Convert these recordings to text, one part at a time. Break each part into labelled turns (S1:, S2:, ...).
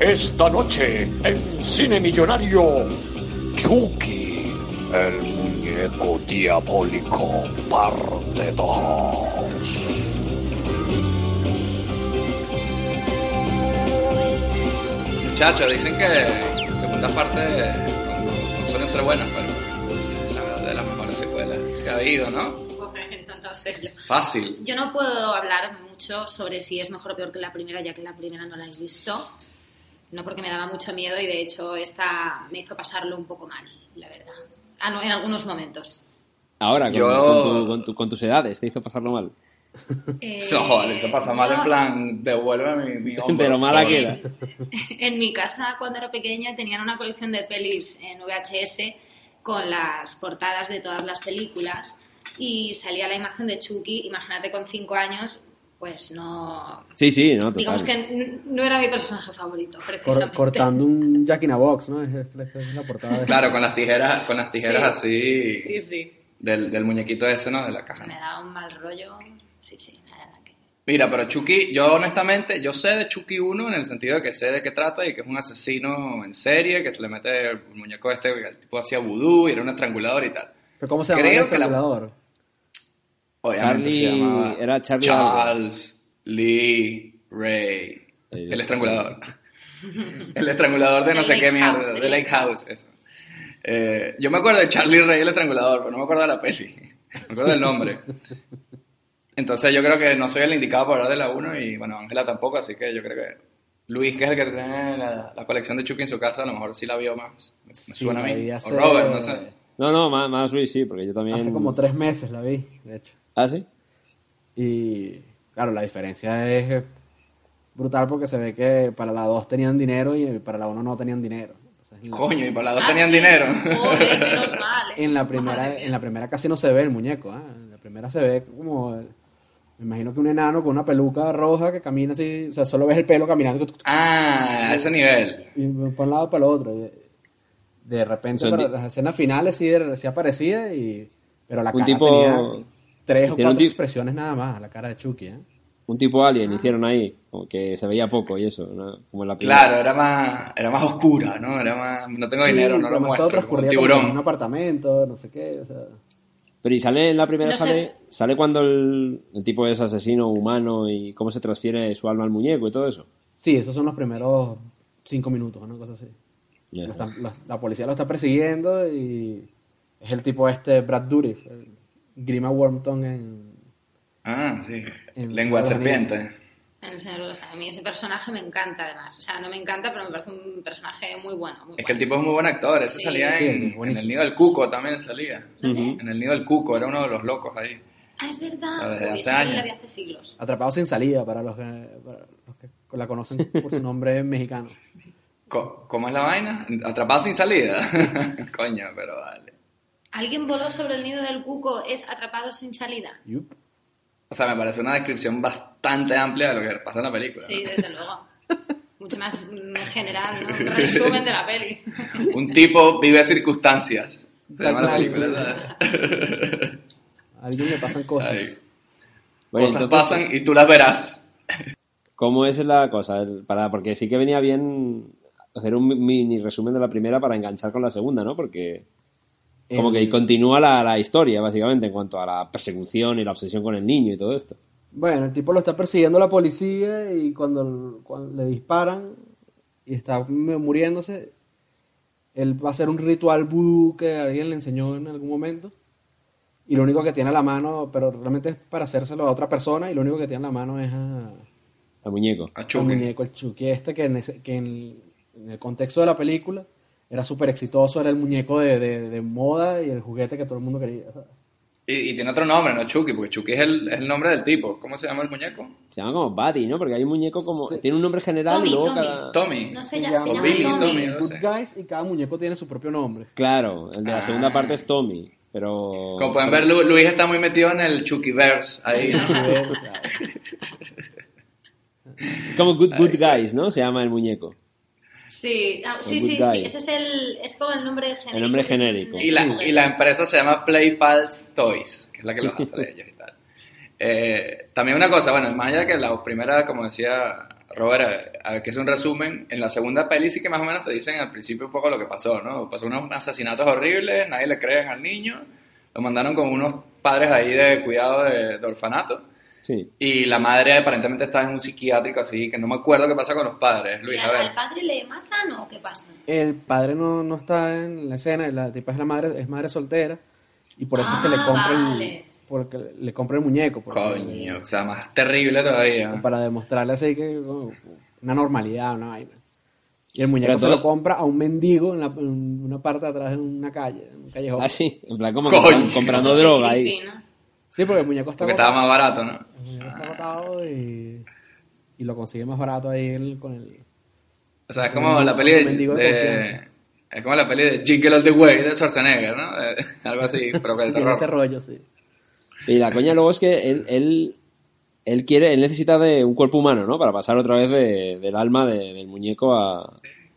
S1: Esta noche en Cine Millonario, Chucky, el muñeco diabólico, parte 2.
S2: Muchachos, dicen que segundas partes no, no suelen ser buenas, pero es la- de las mejores secuelas que ha habido, ¿no?
S3: Bueno, no sé yo.
S2: Fácil.
S3: Yo no puedo hablar mucho sobre si es mejor o peor que la primera, ya que la primera no la he visto. No porque me daba mucho miedo y de hecho esta me hizo pasarlo un poco mal, la verdad. Ah, no, en algunos momentos.
S4: Ahora, con,
S2: Yo-
S4: con tu- con tu- con tus edades, te hizo pasarlo mal.
S3: Eh,
S2: No, joder, se pasa mal en
S3: no,
S2: plan, devuélveme mi, mi hombro.
S4: De lo mala
S2: por
S4: que
S2: favor.
S4: era.
S3: En mi casa, cuando era pequeña, tenían una colección de pelis en VHS con las portadas de todas las películas y salía la imagen de Chucky. Imagínate con cinco años, pues no.
S4: Sí, sí, no, total.
S3: Digamos que n- no era mi personaje favorito,
S5: Cor-
S3: precisamente.
S5: cortando un Jack in a Box, ¿no? Es, es- es la portada de...
S2: Claro, con las tijeras, con las tijeras así
S3: Sí, sí.
S2: Del, del muñequito ese, ¿no? De la caja.
S3: Me da un mal rollo. Sí, sí, nada que.
S2: Mira, pero Chucky, yo honestamente, yo sé de Chucky 1 en el sentido de que sé de qué trata y que es un asesino en serie, que se le mete el muñeco este, el tipo hacía vudú y era un estrangulador y tal.
S5: Pero ¿cómo se llama este
S2: Creo
S5: el
S2: que la-
S5: estrangulador?
S2: Obviamente
S4: Charlie-
S2: se llamaba
S4: era Charlie
S2: Charles Lee Ray.
S4: El-
S2: El estrangulador. el estrangulador de no
S3: Del
S2: sé qué
S3: Lake
S2: mierda,
S3: House, del
S2: de Lake
S3: Lake
S2: House, eso. Eh, yo me acuerdo de Charlie Ray el estrangulador, pero no me acuerdo de la peli. Me acuerdo del nombre. Entonces yo creo que no soy el indicado para hablar de la 1 y bueno, Ángela tampoco, así que yo creo que Luis, que es el que tiene la, la colección de Chucky en su casa, a lo mejor sí la vio más. Me, me
S5: Sí,
S2: suena a
S5: la vi
S2: mí. O
S5: hace-
S2: Robert, no sé.
S4: No, no, más, más Luis sí, porque yo también...
S5: Hace como tres meses la vi, de hecho.
S4: ¿Ah, sí?
S5: Y claro, la diferencia es eh, brutal porque se ve que para la 2 tenían dinero y para la 1 no tenían dinero. Entonces, en la-
S2: Coño, y para las dos
S3: Ah,
S2: tenían
S3: sí.
S2: dinero.
S3: Joder, menos mal. ¿eh?
S5: en la
S3: Madre
S5: primera
S3: mía.
S5: en la primera casi no se ve el muñeco, ¿ah? en la primera se ve como eh, me imagino que un enano con una peluca roja que camina así, o sea, solo ves el pelo caminando
S2: Ah, a ese nivel.
S5: y por un lado para el otro. y De repente
S4: O sea,
S5: para
S4: di-
S5: las escenas finales sí, de- sí aparecía y pero la
S4: Un
S5: cara
S4: tipo-
S5: tenía tres o
S4: tiene un
S5: cuatro
S4: ti-
S5: expresiones nada más, la cara de Chucky, ¿eh?
S4: Un tipo alien
S3: Ah.
S4: hicieron ahí, como que se veía poco y eso, ¿no? como en la primera.
S2: Claro, era más, era más oscura, ¿no? Era más, no tengo
S5: Sí,
S2: dinero, no
S5: como
S2: lo
S5: está
S2: muestro, como un
S5: transcurrida como en un
S2: tiburón.
S5: apartamento, no sé qué, o sea,
S4: Pero y sale en la primera,
S3: No sé.
S4: sale, sale cuando el, el tipo es asesino humano y cómo se transfiere su alma al muñeco y todo eso.
S5: sí, esos son los primeros cinco minutos, una cosa así.
S4: Ya.
S5: Lo está- lo- la policía lo está persiguiendo y es el tipo este, Brad Dourif, el Grima Wormton en...
S2: Ah, sí.
S5: En
S2: Lengua de
S5: Ciudad de Anillo.
S2: serpiente.
S3: El Señor de los Anillos. A mí ese personaje me encanta, además. O sea, no me encanta, pero me parece un personaje muy bueno. muy
S2: Es que el
S3: bueno.
S2: tipo es muy buen actor, ese
S3: Sí.
S2: salía
S5: Sí,
S2: en,
S5: es buenísimo.
S2: en el nido del cuco también salía.
S3: ¿Dónde?
S2: En el nido del cuco, era uno de los locos ahí.
S3: Ah, es
S2: Ah,
S3: verdad.
S2: desde
S3: Uy,
S2: hace
S3: esa peli
S2: años.
S3: la vi hace siglos.
S5: Atrapado sin salida para los, que, para los que la conocen por su nombre mexicano.
S2: Co- ¿Cómo es la vaina? Atrapado sin salida. Coño, pero vale.
S3: ¿Alguien voló sobre el nido del cuco? ¿Es atrapado sin salida?
S5: Yup.
S2: O sea, me parece una descripción bastante amplia de lo que pasa en la película.
S3: Sí,
S2: ¿no?
S3: desde luego. Mucho más mm, general, ¿no? Resumen de la peli.
S2: Un tipo vive circunstancias. Se llama la
S5: Claro.
S2: película, ¿sabes?
S5: A alguien le pasan cosas.
S2: Ay.
S4: Bueno,
S2: Cosas
S4: entonces,
S2: pasan y tú las verás.
S4: ¿Cómo es la cosa? El- Para, porque sí que venía bien hacer un mi- mini resumen de la primera para enganchar con la segunda, ¿no? Porque como
S5: El-
S4: que continúa la, la historia, básicamente, en cuanto a la persecución y la obsesión con el niño y todo esto.
S5: Bueno, el tipo lo está persiguiendo la policía y cuando, cuando le disparan y está mu- muriéndose, él va a hacer un ritual vudú que alguien le enseñó en algún momento. Y lo único que tiene a la mano, pero realmente es para hacérselo a otra persona, y lo único que tiene a la mano es a,
S4: El muñeco.
S2: A
S5: al
S2: Chucky.
S5: muñeco, el Chucky este, que, en, ese- que en, el- en el contexto de la película era súper exitoso, era el muñeco de, de- de moda y el juguete que todo el mundo quería. ¿sabes?
S2: Y, y tiene otro nombre, no Chucky, porque Chucky es el, es el nombre del tipo. ¿Cómo se llama el muñeco?
S4: Se llama como Buddy, ¿no? Porque hay un muñeco como...
S5: Sí.
S4: Tiene un nombre general
S3: Tommy,
S4: y luego
S3: Tommy.
S4: cada-
S2: Tommy.
S3: No sé, ya
S5: Se
S3: se
S5: llama
S3: llama
S2: Billy, Tommy,
S3: Tommy.
S2: no
S5: Good
S2: sé.
S5: Guys y cada muñeco tiene su propio nombre.
S4: Claro, el de la
S2: Ah.
S4: segunda parte es Tommy, pero...
S2: Como pueden ver, Lu- Luis está muy metido en el Chuckyverse. Ahí, ¿no?
S4: Es como Good,
S2: eh,
S4: Good Guys, ¿no? Se llama el muñeco.
S3: Sí, ah, sí,
S4: Good
S3: sí,
S4: guy.
S3: sí, ese es el, es como el nombre genérico.
S4: El nombre
S3: que
S4: genérico.
S3: tienen
S2: y, la,
S3: estos
S2: y la
S3: juguetes.
S2: empresa se llama PlayPals Toys, que es la que los hace de ellos y tal. Eh, también una cosa, bueno, más allá de que la primera, como decía Robert, a, a que es un resumen, en la segunda peli sí que más o menos te dicen al principio un poco lo que pasó, ¿no? Pasó unos asesinatos horribles, nadie le creen al niño, lo mandaron con unos padres ahí de cuidado de, de orfanato.
S4: Sí.
S2: Y la madre aparentemente está en un psiquiátrico así, que no me acuerdo qué pasa con los padres,
S3: ¿Y
S2: Luis, a
S3: al,
S2: ver.
S3: al padre le matan o qué pasa?
S5: El padre no, no está en la escena, la tipa es la madre, es madre soltera, y por eso es que le
S3: Ah,
S5: compra el,
S3: vale.
S5: porque le compra el muñeco. porque-
S2: Coño, o sea, más terrible todavía.
S5: Para demostrarle así que oh, una normalidad, una vaina. Y el muñeco
S4: Pero
S5: se
S4: todo-
S5: lo compra a un mendigo en, la- en una parte de atrás de una calle, en un callejón.
S4: Ah, sí, en plan como
S2: Coño.
S4: compran- comprando
S3: Qué
S4: droga
S3: creepy,
S4: ahí.
S3: ¿no?
S5: Sí, porque el muñeco está
S2: Porque estaba
S5: agotado.
S2: más barato, ¿no?
S5: El muñeco está agotado y, y lo consigue más barato ahí él con el...
S2: O sea, es
S5: Un
S2: como la
S5: mendigo-
S2: peli
S5: un
S2: de,
S5: mendigo de
S2: de-
S5: confianza.
S2: es como la peli de Jingle All the Way de Schwarzenegger, ¿no? De- algo así, pero que de
S5: Tiene ese
S2: terror.
S5: rollo, sí.
S4: Y la coña luego es que él, él, él quiere, él necesita de un cuerpo humano, ¿no? Para pasar otra vez de- del alma de- del muñeco a,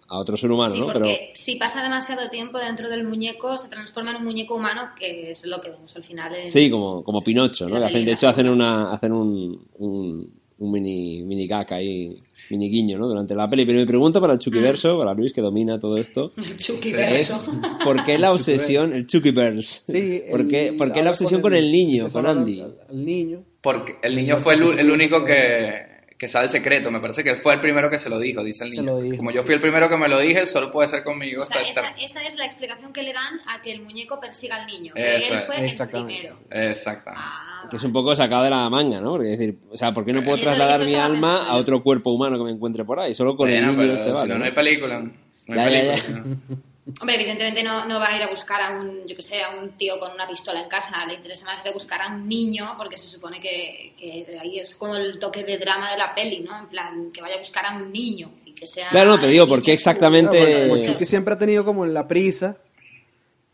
S4: a otro ser humano,
S3: Sí,
S4: ¿no?
S3: porque
S4: Pero
S3: si pasa demasiado tiempo dentro del muñeco, se transforma en un muñeco humano, que es lo que vemos al final. en-
S4: sí, como, como Pinocho, ¿no?
S3: La
S4: Que hacen- de
S3: película.
S4: hecho hacen una, hacen un, un, un mini, mini gag ahí, mini guiño, ¿no? Durante la peli. Pero mi pregunta para el Chuquiverso, para Luis que domina todo esto,
S3: Ah. El Chucky
S4: es
S3: verso.
S4: ¿por qué la obsesión, el Chuquiverse?
S5: sí
S4: ¿Por qué,
S5: el-
S4: por qué la
S5: habla
S4: obsesión con el, niño,
S5: empieza
S4: con
S5: a hablar
S4: Andy?
S5: Al, al niño.
S2: Porque el niño fue el, u- el único que, que sabe el secreto, me parece que fue el primero que se lo dijo, dice el
S5: Se
S2: niño.
S5: lo dijo,
S2: Como yo
S5: sí.
S2: fui el primero que me lo dije, solo puede ser conmigo.
S3: O sea,
S2: hasta-
S3: esa,
S2: hasta-
S3: esa es la explicación que le dan a que el muñeco persiga al niño, que
S2: Eso
S3: él
S2: es,
S3: fue el
S5: exactamente.
S3: primero.
S2: Exactamente.
S3: Ah,
S4: Que es un poco sacado de la manga, ¿no? Porque es decir, o sea, ¿por qué no puedo
S3: Eso-
S4: trasladar
S3: eso
S4: mi
S3: estaba
S4: alma
S3: pensando
S4: a
S3: yo.
S4: otro cuerpo humano que me encuentre por ahí? Solo con
S2: Bueno,
S4: el niño
S2: pero
S4: este
S2: si
S4: vale.
S2: no, no hay
S4: ¿no?
S2: película. No hay
S4: Ya, ya,
S2: película.
S4: ya.
S2: si no.
S3: Hombre, evidentemente no, no va a ir a buscar a un, yo que sé, a un tío con una pistola en casa. Le interesa más ir a buscar a un niño, porque se supone que, que ahí es como el toque de drama de la peli, ¿no? En plan, que vaya a buscar a un niño y que sea...
S4: Claro, no, pero digo, ¿por qué
S3: niño su-
S5: Claro,
S2: Ah,
S4: exactamente-
S5: porque
S2: pues
S5: como
S4: Eh,
S5: Chucky pues siempre ha tenido como la prisa,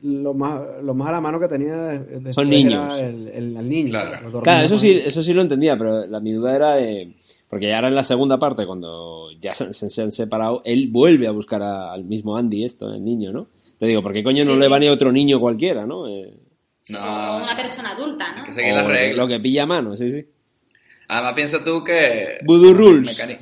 S5: lo más, lo más a la mano que tenía de- después
S4: Son niños.
S5: era el, el- al niño.
S2: Claro.
S5: lo dormía
S4: Claro, eso
S5: con
S4: sí,
S5: él.
S4: eso sí lo entendía, pero la, mi duda era de... Porque ahora en la segunda parte, cuando ya se, se- se han separado, él vuelve a buscar a- al mismo Andy, esto, el niño, ¿no? Te digo, ¿por qué coño no
S3: Sí,
S4: le
S3: sí.
S4: va ni a otro niño cualquiera, no? Eh,
S3: Sí,
S2: No.
S3: O una persona adulta, ¿no?
S2: Hay que
S4: o
S2: seguir las
S4: lo que-
S2: reglas. Eh,
S4: lo que pilla a mano, sí, sí.
S2: Además, piensa tú que.
S4: Voodoo
S2: el
S4: rules.
S2: mecani-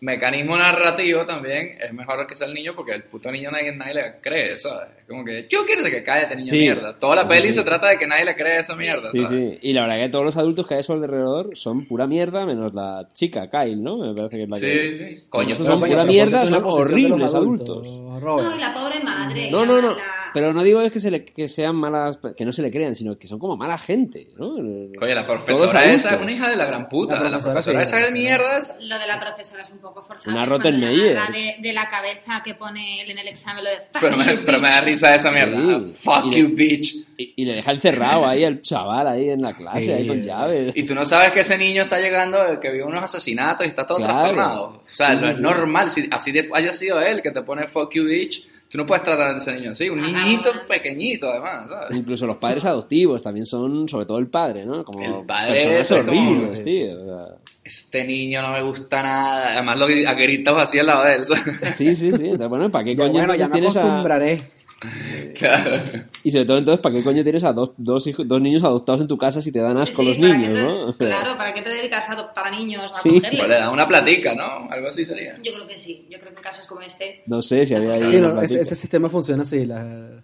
S2: Mecanismo narrativo también es mejor que sea el niño porque el puto niño nadie, nadie le cree, ¿sabes? Es Como que yo quiero que cállate, niño
S4: Sí.
S2: mierda. Toda la
S4: Sí,
S2: peli
S4: sí.
S2: se trata de que nadie le cree esa mierda.
S4: Sí,
S2: ¿sabes?
S4: sí. Y la verdad que todos los adultos que hay a su alrededor son pura mierda, menos la chica, Kyle, ¿no? Me parece que es la
S2: Sí,
S4: que...
S2: sí. Coño,
S4: Esos
S2: pero
S4: son
S5: Coño,
S4: pura
S5: pero pues
S4: mierda,
S5: ponte tú en la
S4: son
S5: posición de los
S4: horribles
S5: Robert.
S3: No, y la pobre madre.
S4: No,
S3: la-
S4: no, no.
S3: la-
S4: Pero no digo es que, se le- que sean malas, que no se le crean, sino que son como mala gente, ¿no?
S2: Coño, la
S4: Todos
S2: profesora
S4: adultos.
S2: esa es una hija de la gran puta.
S5: La
S2: La
S5: profesora
S2: profesora,
S5: sí,
S2: esa
S5: la
S2: de
S5: profesora.
S2: mierda es.
S3: Lo de la profesora es un poco forzado.
S4: Una
S3: cuando le
S4: Rottenmeier.
S3: agarra de, de la cabeza que pone él en el examen lo de... "Fuck
S2: Pero me,
S3: you,
S2: pero me da
S3: bitch".
S2: risa esa mierda.
S4: Sí.
S2: Ah, Fuck
S4: Y le-
S2: you, bitch.
S4: Y, y le deja encerrado ahí al chaval, ahí en la clase,
S5: Sí,
S4: ahí con
S5: eh.
S4: llaves.
S2: Y tú no sabes que ese niño está llegando, el que vio unos asesinatos y está todo
S4: Claro.
S2: trastornado. O sea,
S4: Sí, sí,
S2: no es
S4: sí.
S2: normal. Si así de- haya sido él que te pone fuck you bitch, tú no puedes tratar a ese niño así. Un
S3: Ah,
S2: niñito
S3: ah.
S2: pequeñito, además, ¿sabes?
S4: Incluso los padres adoptivos también son, sobre todo el padre, ¿no? Como
S2: El padre
S4: personas
S2: es como-
S4: horribles,
S5: sí.
S4: tío. o sea.
S2: Este niño no me gusta nada. Además, lo gri- a gritos así al lado de él. ¿sabes?
S4: Sí, sí, sí. Entonces, bueno, ¿para qué
S5: Ya,
S4: coño
S5: bueno, ya
S4: entonces
S5: me
S4: tienes a...
S5: acostumbraré.
S2: Claro.
S4: Y sobre todo entonces, ¿para qué coño tienes a dos, dos, hijos, dos niños adoptados en tu casa si te dan
S3: Sí,
S4: asco
S3: sí,
S4: los
S3: ¿para qué
S4: niños,
S3: te-
S4: no? O sea,
S3: Claro, ¿para qué te dedicas a adoptar a niños o a
S4: Sí.
S3: cogerles?
S2: Pues le da una platica, ¿no? Algo así sería.
S3: Yo creo que sí. Yo creo que en casos como este.
S4: No sé si había ahí
S5: Sí,
S4: una
S5: no, ese,
S4: platica.
S5: ese sistema funciona así. la-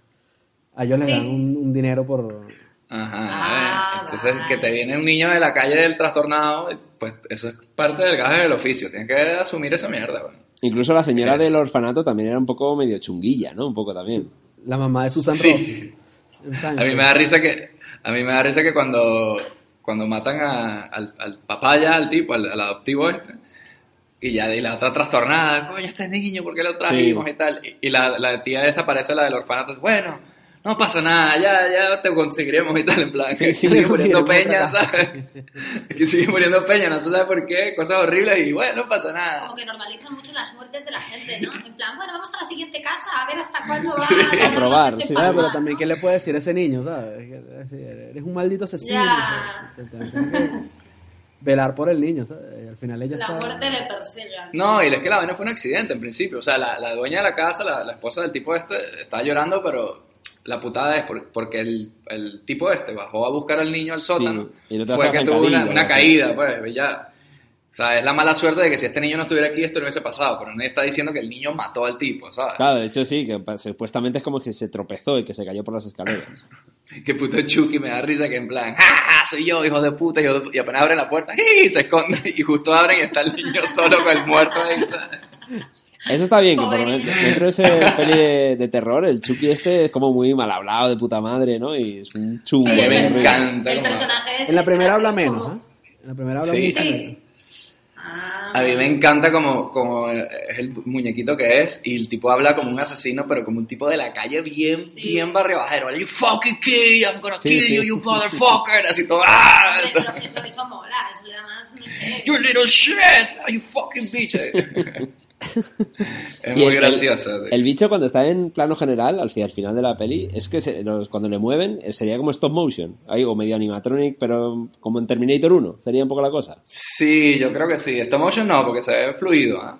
S5: a ellos les
S3: Sí.
S5: dan un, un dinero por...
S2: Ajá.
S3: Ah,
S2: eh. Entonces,
S3: vale.
S2: que te viene un niño de la calle del trastornado, pues eso es parte del gaje del oficio. Tienes que asumir esa mierda, pues. güey.
S4: Incluso la señora
S2: Eso.
S4: del orfanato también era un poco medio chunguilla, ¿no? Un poco también.
S5: La mamá de Susan
S2: Sí.
S5: Ross. en Seinfeld.
S2: A mí me da risa que, a mí me da risa que cuando, cuando matan a- al, al papá ya, al tipo, al, al adoptivo este, y ya y la otra trastornada, coño, este niño, ¿por qué lo trajimos
S4: Sí.
S2: y tal? Y, y la, la tía esta parece la del orfanato, bueno, no pasa nada, ya, ya te conseguiremos y tal, en plan, que
S4: sí,
S2: sigue
S5: te
S2: muriendo peña,
S5: conseguiremos otra
S2: ¿sabes? Que sigue muriendo peña, no se sabe por qué, cosas horribles y bueno, no pasa nada.
S3: Como que normalizan mucho las muertes de la gente, ¿no? En plan, bueno, vamos a la siguiente casa a ver hasta cuándo va
S4: A probar, sí.
S5: Ah,
S4: Mamá,
S5: pero también, ¿qué le puede decir a ese niño, sabes? Que- así, Eres un maldito asesino.
S3: Ya.
S5: ¿sabes? Te- te- tengo que Velar por el niño, ¿sabes? Y Al final ella
S3: La
S5: está...
S3: muerte le persigue.
S2: No, y es que la vaina fue un accidente en principio. O sea, la, la dueña de la casa, la, la esposa del tipo este, está llorando, pero la putada es por- porque el, el tipo este bajó a buscar al niño al
S4: Sí,
S2: sótano.
S4: y no te
S2: fue
S4: bajas
S2: que
S4: en
S2: tuvo
S4: camilla,
S2: una, una
S4: o sea.
S2: caída, pues, y ya. O sea, es la mala suerte de que si este niño no estuviera aquí, esto no hubiese pasado. Pero nadie está diciendo que el niño mató al tipo, ¿sabes?
S4: Claro, de hecho sí, que pa- supuestamente es como que se tropezó y que se cayó por las escaleras.
S2: Que puto Chucky me da risa que en plan, ¡Ja, ja, soy yo, hijo de puta! hijo de pu-". Y apenas abren la puerta, ¡y! se esconde. Y justo abren y está el niño solo con el muerto ahí, ¿sabes?
S4: Eso está bien, que por lo
S3: Pobre
S4: menos dentro de ese peli de, de terror, el Chucky este es como muy mal hablado de puta madre, ¿no? Y es un chungo.
S2: Sí, me
S4: horrible.
S2: encanta.
S3: El
S2: como-
S3: personaje es...
S5: En la primera habla
S3: es
S5: menos,
S3: como-
S5: ¿eh? En la primera habla
S2: Sí.
S5: mucho menos.
S3: Sí. Ah.
S2: A mí me encanta como, como es el muñequito que es y el tipo habla como un asesino, pero como un tipo de la calle bien,
S3: Sí.
S2: bien barrio bajero. You fucking kill, I'm gonna
S4: Sí,
S2: kill
S4: sí.
S2: you, you motherfucker. Así todo, ¡ah!
S3: Pero eso, eso mola, eso le da más, no sé.
S2: You little shit, you fucking bitch. es
S4: Y
S2: muy
S4: el-
S2: gracioso.
S4: El,
S2: sí.
S4: el bicho cuando está en plano general, al, fi- al final de la peli, es que se- los- cuando le mueven eh, sería como stop motion, ahí, o medio animatronic, pero como en Terminator 1, sería un poco la cosa.
S2: Sí, yo creo que sí. Stop motion no, porque se ve fluido. ¿ah?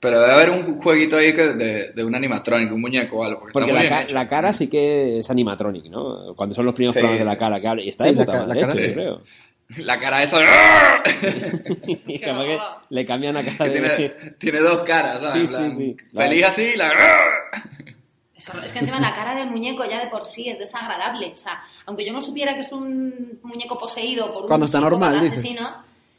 S2: Pero debe haber un jueguito ahí que de, de un animatrónico, un muñeco o algo. Porque,
S4: Porque
S2: está muy
S4: la,
S2: bien
S4: ca-
S2: hecho.
S4: la cara sí que es animatronic, ¿no? Cuando son los primeros
S2: Sí.
S4: planos de la cara que habla- y está
S5: Sí,
S4: de
S5: la
S4: puta
S5: ca- la
S4: madre
S5: cara
S4: hecho,
S5: sí.
S4: yo creo.
S2: La cara ¡ah! esa de...
S4: Y
S3: Qué
S4: capaz que
S3: horror.
S4: le cambian la cara
S2: que
S4: de
S2: tiene, tiene dos caras, ¿sabes?
S4: Sí,
S2: En
S4: sí, sí.
S2: plan, Feliz así y la...
S3: Es, horror- es que encima la cara del muñeco ya de por sí es desagradable. O sea, aunque yo no supiera que es un muñeco poseído por un
S5: Cuando está
S3: psicópata
S5: normal, dices.
S3: asesino.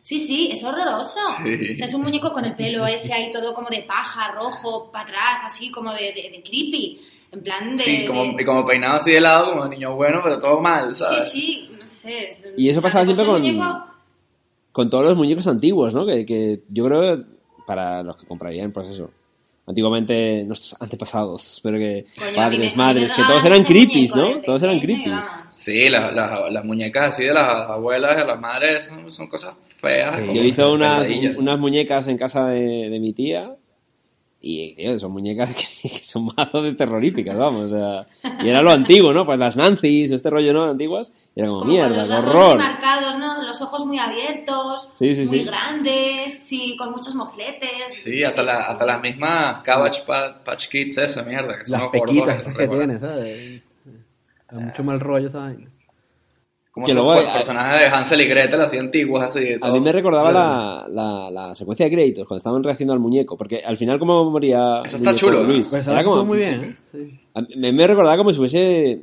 S3: Sí, sí, es horroroso.
S2: Sí.
S3: O sea, es un muñeco con el pelo ese ahí todo como de paja, rojo, para atrás, así como de, de- de creepy. En plan de.
S2: Sí, como,
S3: de-
S2: y como peinado así de lado, como niño bueno, pero todo mal,
S3: sí,
S2: ¿sabes?
S3: sí, no sé. es-
S4: Y eso
S3: o sea,
S4: pasaba
S3: por ser
S4: siempre con-
S3: muñeco-
S4: con todos los muñecos antiguos, ¿no? Que, que yo creo para los que comprarían, pues eso. Antiguamente nuestros antepasados, pero que
S3: Coño, a mí me- a mí
S4: padres,
S3: me
S4: madres, que
S3: regalaban
S4: todos eran
S3: ese
S4: creepies,
S3: muñeco de
S4: ¿no? Todos eran
S3: pequeña y
S4: creepies.
S3: vamos.
S2: Sí, las, las, las muñecas así de las abuelas, de las madres, son, son cosas feas. como
S4: Yo he visto unas,
S2: pesadillas.
S4: unas muñecas en casa de, de mi tía y, tío, son muñecas que, que son mazo de terroríficas, vamos. O sea, y era lo antiguo, ¿no? Pues las Nancy's, este rollo, ¿no? Antiguas. Y era como,
S3: Como con
S4: mierda,
S3: los
S4: qué
S3: rasgos
S4: horror.
S3: muy marcados, ¿no? Los ojos muy abiertos,
S4: Sí, sí,
S3: muy
S4: sí.
S3: grandes, sí, con muchos mofletes.
S2: Sí, hasta, la- hasta las mismas Cabbage Pa- Patch Kids, esa mierda. Que son
S5: Las
S2: unos gordos,
S5: pequitas esas que
S2: recuerdo.
S5: tiene, ¿sabes? Da mucho mal rollo esa vaina.
S2: Como
S4: Que
S2: esos
S4: luego-
S2: per- personajes de Hansel y Gretel, así antiguos, así. de
S4: A
S2: todo.
S4: mí me recordaba
S2: Sí.
S4: la, la, la secuencia de créditos, cuando estaban rehaciendo al muñeco, porque al final como moría
S2: Eso
S4: el
S2: está
S4: muñeco
S2: chulo,
S4: de Luis.
S5: Pero esa
S4: Era
S5: estuvo
S4: como,
S5: muy bien, ¿eh? Sí.
S4: a mí- me, recordaba como si fuese...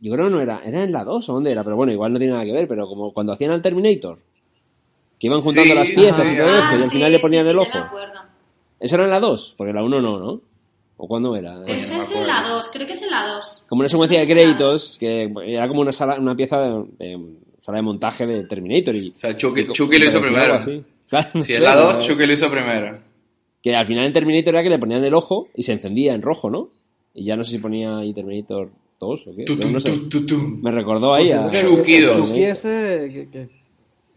S4: Yo creo que no era, era en la 2 o dónde era, pero bueno, igual no tiene nada que ver, pero como cuando hacían al Terminator, que iban juntando
S2: Sí,
S4: las piezas
S2: sí,
S4: y todo
S2: ah,
S4: esto, y al
S3: sí,
S4: final le ponían
S3: sí,
S4: el
S3: sí,
S4: ojo.
S3: Ya me acuerdo.
S4: Eso era en la 2, porque la 1 no, ¿no? ¿O cuándo era?
S3: Pero
S2: Coño,
S3: eso
S2: no me
S3: es en
S2: acuerdo.
S3: la 2, creo que es en la 2.
S4: Como una
S3: Creo
S4: secuencia de
S3: que es en la
S4: créditos, que era como una sala, una pieza de, de- sala de montaje de Terminator y...
S2: O sea, Chucky,
S4: y co-
S2: Chucky lo hizo
S4: parecía algo
S2: primero.
S4: así. Claro, no
S2: Si es
S4: sé,
S2: la
S4: pero-
S2: 2, Chucky lo hizo primero.
S4: Que al final en Terminator era que le ponían el ojo y se encendía en rojo, ¿no? Y ya no sé si ponía ahí Terminator 2 o qué.
S2: Tu,
S4: pero no
S2: tu,
S4: sé.
S2: tu, tu, tu.
S4: Me recordó ahí a...
S5: Por cierto
S2: Chucky
S5: Pues que el
S2: dos.
S5: Chucky ese, que, que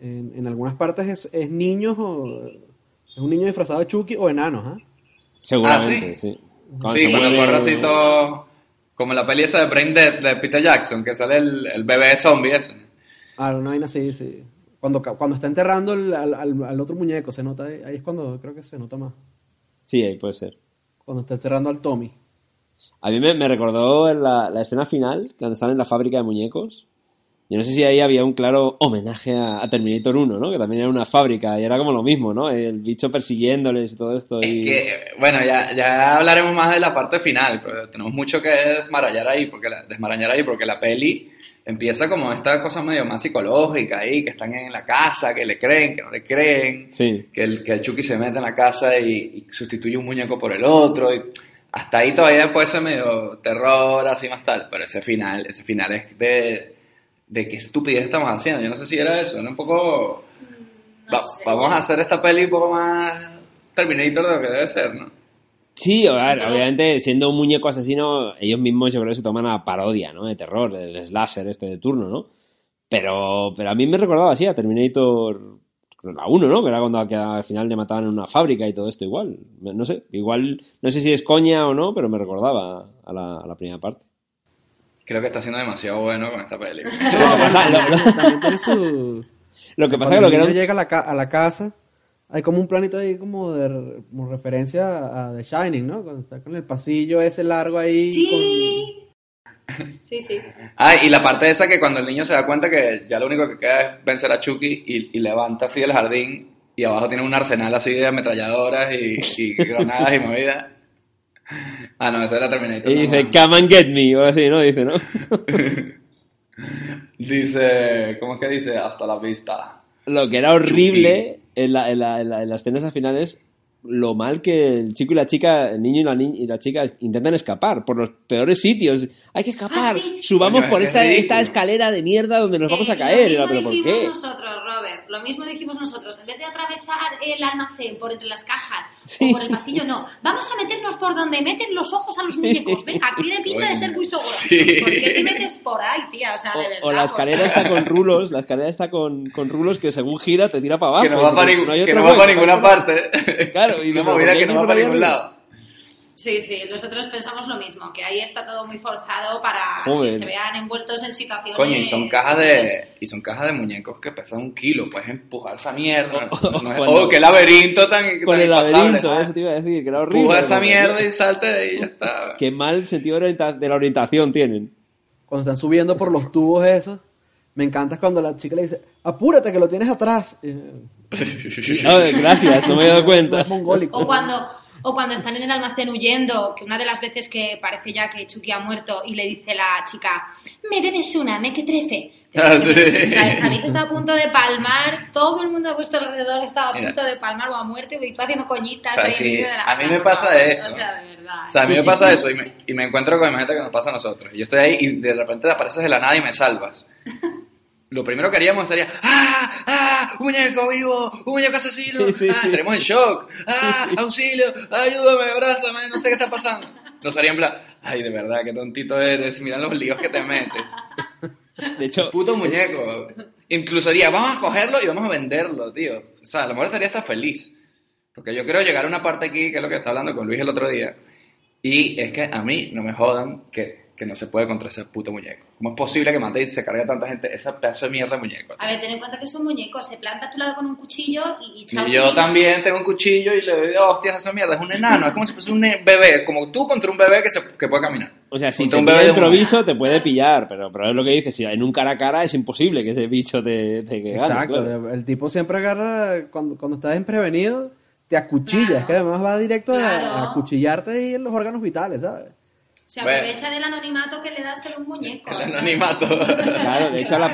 S5: en, en algunas partes es, es niños o... Es un niño disfrazado de Chucky o enanos, ¿ah?
S4: Seguramente,
S2: Ah,
S4: sí.
S2: ¿sí?
S4: Cuando
S2: Sí,
S4: se
S2: me
S4: mueve-
S2: acuerdo así todo. Como la peli esa de Brain Dead de Peter Jackson, que sale el, el bebé zombie ese.
S5: Ah, una vaina así, sí. Cuando, ca- cuando está enterrando al, al- al- al otro muñeco, se nota, eh, ahí ahí es cuando creo que se nota más.
S4: Sí, ahí puede ser.
S5: Cuando está enterrando al Tommy.
S4: A mí me, me recordó la, la escena final, cuando están en la fábrica de muñecos. Yo no sé si ahí había un claro homenaje a, a Terminator 1, ¿no? Que también era una fábrica y era como lo mismo, ¿no? El bicho persiguiéndoles y todo esto.
S2: Es
S4: y...
S2: que, bueno, ya, ya hablaremos más de la parte final, pero tenemos mucho que desmarañar ahí, porque la, desmarañar ahí, porque la peli empieza como esta cosa medio más psicológica ahí, que están en la casa, que le creen, que no le creen,
S4: Sí.
S2: que el, que el Chucky se mete en la casa y, y sustituye un muñeco por el otro. Y hasta ahí todavía puede ser medio terror, así más tal. Pero ese final, ese final es de, de qué estupidez estamos haciendo. Yo no sé si era eso, era un poco...
S3: No
S2: va-
S3: sé,
S2: vamos
S3: ya.
S2: a hacer esta peli un poco más Terminator de lo que debe ser, ¿no?
S4: Sí, a ver,
S3: todo.
S4: obviamente, siendo un muñeco asesino, ellos mismos yo creo que se toman a parodia, ¿no? De terror, el slasher este de turno, ¿no? Pero, pero a mí me recordaba así a Terminator creo, la 1, ¿no? Que era cuando que al final le mataban en una fábrica y todo esto igual. No sé, igual, no sé si es coña o no, pero me recordaba a la, a la primera parte.
S2: Creo que está siendo demasiado bueno con esta peli.
S4: Lo que pasa, lo- lo-
S5: También tiene su...
S4: lo que pasa
S5: cuando
S4: que lo que
S5: el
S4: era
S5: niño
S4: un-
S5: llega a la, ca- a la casa, hay como un planito ahí como de re- como referencia a, a The Shining, ¿no? Cuando está con el pasillo ese largo ahí.
S3: Sí. Sí, sí.
S2: Ah, y la parte esa que cuando el niño se da cuenta que ya lo único que queda es vencer a Chucky y, y levanta así el jardín y abajo tiene un arsenal así de ametralladoras y, y granadas y movidas. Ah, no, eso era Terminator.
S4: Y
S2: no,
S4: dice,
S2: man.
S4: come and get me, o algo así, ¿no? Dice, ¿no?
S2: Dice, ¿cómo es que dice? Hasta la vista.
S4: Lo que era horrible en, la- en la- en la- en las escenas finales, lo mal que el chico y la chica, el niño y la, ni- y la chica intentan escapar por los peores sitios. Hay que escapar,
S3: Ah, sí.
S4: subamos
S2: Coño,
S4: por
S2: es
S4: esta,
S2: ridículo.
S4: esta escalera de mierda donde nos vamos
S3: Eh,
S4: a caer. Y
S3: Lo
S4: la,
S3: mismo
S4: ¿Pero por
S3: dijimos
S4: qué?
S3: nosotros, Robert. Lo mismo dijimos nosotros. En vez de atravesar el almacén por entre las cajas
S4: Sí.
S3: o por el pasillo, no. Vamos a meternos por donde meten los ojos a los muñecos. Venga, tiene pinta de ser muy seguro.
S2: Sí.
S3: ¿Por qué te metes por ahí, tía? O sea, de verdad.
S4: O, o la
S3: por-
S4: escalera está con rulos, la escalera está con, con rulos que según gira te tira para abajo.
S2: que no va
S4: Y
S2: para,
S4: dices,
S2: ning-
S4: Ah, pues, hay
S2: que
S4: otro
S2: no va
S4: hueco,
S2: para ninguna
S4: hay otro-
S2: parte.
S4: Claro, y
S2: una movida
S4: dice, ¿por qué
S2: que no
S4: hay
S2: va
S4: por
S2: para
S4: ahí
S2: ningún
S4: arriba?
S2: lado.
S3: Sí, sí, nosotros pensamos lo mismo, que ahí está todo muy forzado para
S4: Joder.
S3: que se vean envueltos en situaciones.
S2: Coño, y son cajas
S3: horribles.
S2: de y son cajas de muñecos que pesan un kilo, puedes empujar esa mierda.
S4: O-
S2: No es-
S4: cuando-
S2: oh, qué laberinto tan,
S4: Con
S2: tan impasable,
S4: el laberinto,
S2: ¿no?
S4: eso te iba a decir, que era horrible.
S2: Empuja
S4: Como
S2: esta
S4: que-
S2: mierda y salte de ahí y ya está.
S4: Qué mal sentido de orienta- de la orientación tienen.
S5: Cuando están subiendo por los tubos esos, me encanta cuando la chica le dice, apúrate que lo tienes atrás. Eh,
S4: A ver, gracias, no me he dado cuenta.
S5: Es mongólico.
S3: O cuando, o cuando están en el almacén huyendo, que una de las veces que parece ya que Chucky ha muerto y le dice la chica, me debes una, me que trefe.
S2: Ah, sí.
S3: O sea, habéis estado a punto de palmar, todo el mundo a vuestro alrededor estaba a
S2: Mira.
S3: punto de palmar o a muerte y tú haciendo coñitas
S2: O sea,
S3: ahí en
S2: sí,
S3: medio de la
S2: a mí me
S3: cama,
S2: pasa
S3: ¿no?
S2: eso.
S3: O sea, de verdad. ¿eh?
S2: O sea, a mí me pasa eso y me, y me encuentro con gente que nos pasa a nosotros. Yo estoy ahí y de repente te apareces de la nada y me salvas. Lo primero que haríamos sería, ¡ah! ¡ah! ¡Un muñeco vivo! ¡Un muñeco asesino!
S4: Sí, sí,
S2: ¡Ah!
S4: sí.
S2: ¡Estaremos en shock! ¡ah! ¡auxilio! ¡ayúdame! ¡abrázame! No sé qué está pasando. Nos harían en plan, ¡ay, de verdad, qué tontito eres! Mira los líos que te metes.
S4: De hecho,
S2: Puto muñeco. Incluso diría, vamos a cogerlo y vamos a venderlo, tío. O sea, a lo mejor estaría hasta feliz. Porque yo creo llegar a una parte aquí, que es lo que estaba hablando con Luis el otro día, y es que a mí no me jodan que, que no se puede contra ese puto muñeco. ¿Cómo es posible que mate y se cargue a tanta gente ese pedazo de mierda de muñeco?
S3: A ver, ten en cuenta que es un muñeco, se planta a tu lado con un cuchillo y, y chao.
S2: Y yo
S3: culo.
S2: también tengo un cuchillo y le doy de hostias a esa mierda. Es un enano, es como si fuese un ne- bebé, como tú contra un bebé que, se, que puede caminar.
S4: o sea, si
S2: Contra
S4: te
S2: un
S4: pilla de
S2: bebé de un-
S4: improviso te puede pillar, pero, pero es lo que dices, si en un cara a cara es imposible que ese bicho te, te que gane,
S5: Exacto,
S4: claro.
S5: el tipo siempre agarra, cuando, cuando estás desprevenido, te acuchilla, es que además va directo a-
S3: Claro.
S5: a, acuchillarte y en los órganos vitales, ¿sabes?
S3: Se
S2: Bueno.
S3: aprovecha del anonimato que le da ser un muñeco.
S2: El
S3: ¿sabes?
S2: anonimato.
S4: Claro, de hecho a la
S2: Se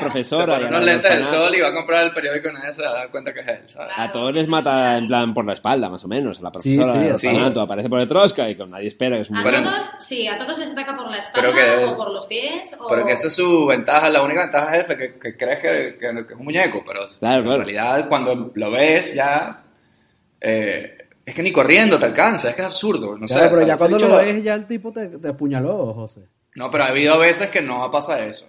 S2: pone
S4: profesora y a, la
S2: unos
S4: del
S2: lentes del
S4: orfanato,
S2: sol y va a comprar el periódico y nadie se da cuenta que es él, ¿sabes?
S4: a todos les mata en plan por la espalda, más o menos. A la
S5: Sí,
S4: profesora
S5: sí,
S4: del
S5: sí.
S4: orfanato aparece por detrás y con nadie espera que es un
S3: A
S2: Pero-
S3: todos, sí, a todos les ataca por la
S2: Pero
S3: espalda
S2: que-
S3: o por los pies o...
S2: Pero que esa es su ventaja, la única ventaja es esa, que, que crees que, que- que es un muñeco, pero
S4: Claro,
S2: en
S4: claro.
S2: realidad cuando lo ves ya... eh, es que ni corriendo te alcanza, es que es absurdo. No sé,
S5: Claro, pero
S2: o sea,
S5: ya cuando
S2: ese
S5: lo
S2: bicho-
S5: ves, ya el tipo te, te apuñaló, José.
S2: No, pero ha habido veces que no pasa eso.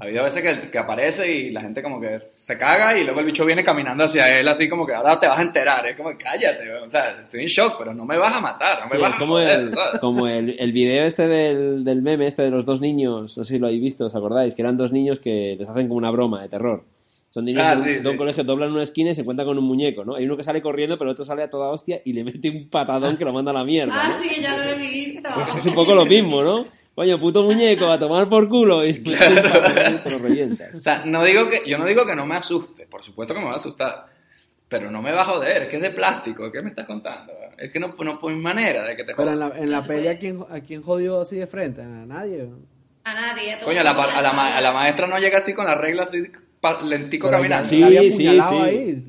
S2: Ha habido veces que, que aparece y la gente como que se caga y luego el bicho viene caminando hacia él así como que ahora te vas a enterar. Es como, cállate, o sea, estoy en shock, pero no me vas a matar, no me
S4: Sí,
S2: vas
S4: es
S2: a
S4: como,
S2: joder,
S4: el,
S2: ¿sabes?
S4: como el, el video este del, del meme, este de los dos niños, no sé si lo habéis visto, ¿os acordáis? Que eran dos niños que les hacen como una broma de terror. Son niños
S2: Ah,
S4: de, un,
S2: sí,
S4: de
S2: sí.
S4: un colegio, doblan una esquina y se encuentran con un muñeco, ¿no? Hay uno que sale corriendo, pero el otro sale a toda hostia y le mete un patadón que lo manda a la mierda.
S3: Ah,
S4: ¿no?
S3: sí, ya lo he visto.
S4: Pues es un poco lo mismo, ¿no? Coño, puto muñeco, a tomar por culo y le mete un patadón y te lo
S2: O
S4: revientas.
S2: sea, no digo que, yo no digo que no me asuste, por supuesto que me va a asustar, pero no me va a joder, es que es de plástico, ¿qué me estás contando? Es que no, no hay manera de que te
S5: Pero en
S2: jodas.
S5: la, en la peli,
S3: pues.
S5: ¿a quién, ¿a quién jodió así de frente? A nadie.
S3: A nadie. a todos
S2: Coño, a la,
S3: por
S2: pa- a la ma-
S3: espalda.
S2: a la maestra no llega así con la regla así pa- lentico
S5: Pero ya-
S2: caminando.
S5: ya había
S4: Sí, sí,
S5: apuñalado
S4: sí.
S5: ahí.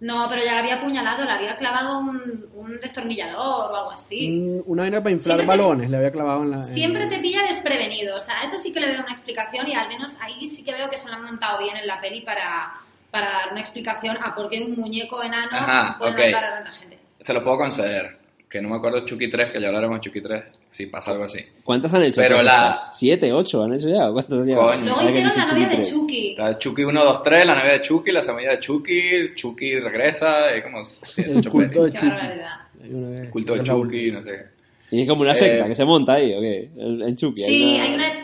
S3: No, pero ya la había apuñalado, le había clavado un, un destornillador o algo
S4: Mm,
S3: así.
S5: Un- una vaina para inflar
S3: Siempre te-
S5: balones le había clavado en la. en-
S3: Siempre te pilla desprevenido, o sea, eso sí que le veo una explicación y al menos ahí sí que veo que se lo han montado bien en la peli para, para dar una explicación a por qué un muñeco enano
S2: Ajá,
S3: puede
S2: ok.
S3: matar a tanta gente.
S2: Se lo puedo conceder, que no me acuerdo Chucky 3, que ya hablaremos de Chucky 3, si pasa algo así.
S4: ¿Cuántas han hecho?
S2: Pero
S4: todas
S2: la-
S4: estas? ¿Siete, ocho han hecho ya? ¿Cuántas llevan?
S2: Coño.
S3: Luego
S4: Ahora que
S3: hicieron
S4: dicen
S3: la novia de
S4: chiquitres.
S3: Chucky.
S2: La Chucky 1, 2, 3, la novia de Chucky, la semilla de Chucky, Chucky regresa, es como... siete,
S5: El
S2: ocho
S5: culto de
S2: pelis.
S3: Qué
S5: Chucky.
S3: barbaridad.
S5: Hay una que-
S2: El culto de
S5: es la
S2: Chucky, no sé qué.
S4: Y es como una secta
S2: Eh,
S4: que se monta ahí, ¿o qué? En en Chucky.
S3: Sí, hay una... es-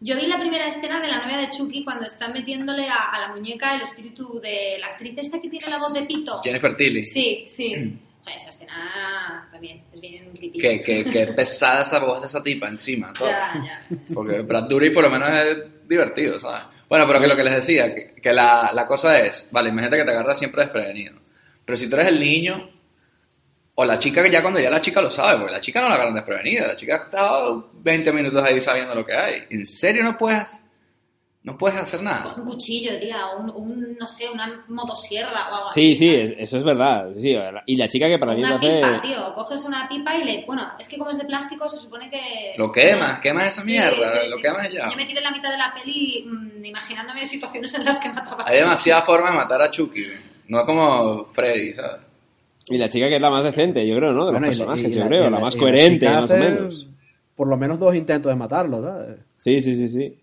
S3: Yo vi la primera escena de la novia de Chucky cuando está metiéndole a, a la muñeca el espíritu de la actriz esta que tiene la voz de Pito.
S2: Jennifer Tilly.
S3: Sí, sí. Joder, esa escena también es bien creepy.
S2: Que, que, que pesada esa voz de esa tipa encima, ¿sabes?
S3: Ya, ya.
S2: Porque Brad Dourif por lo menos es divertido, ¿sabes? Bueno, pero que lo que les decía, que, que la, la cosa es, vale, imagínate que te agarras siempre desprevenido. Pero si tú eres el niño, o la chica, que ya cuando ya la chica lo sabe, porque la chica no la agarran desprevenida, la chica está 20 minutos ahí sabiendo lo que hay. ¿En serio no puedes, no puedes hacer nada?
S3: Coge un cuchillo, tía, o un, un, no sé, una motosierra o algo
S4: Sí,
S3: así.
S4: sí, es- eso es verdad. sí, sí. Y la chica que para mí me
S3: Una
S4: hace.
S3: pipa, tío. Coges una pipa y le. Bueno, es que como es de plástico, se supone que.
S2: Lo quemas, quemas esa
S3: Sí,
S2: mierda,
S3: sí,
S2: lo
S3: sí.
S2: quemas y ya.
S3: Yo me tiré la mitad de la peli mm, imaginándome situaciones en las que mataba
S2: Hay demasiada forma de matar a Chucky, no como Freddy, ¿sabes?
S4: Y la chica que es la más decente, yo creo, ¿no? De
S5: Bueno,
S4: los
S5: y la-
S4: personajes,
S5: y
S4: yo
S5: la-
S4: creo,
S5: y
S4: la, más coherente,
S5: chica
S4: más o
S5: hace
S4: menos.
S5: Por lo menos dos intentos de matarlo, ¿sabes?
S4: Sí, sí, sí, sí.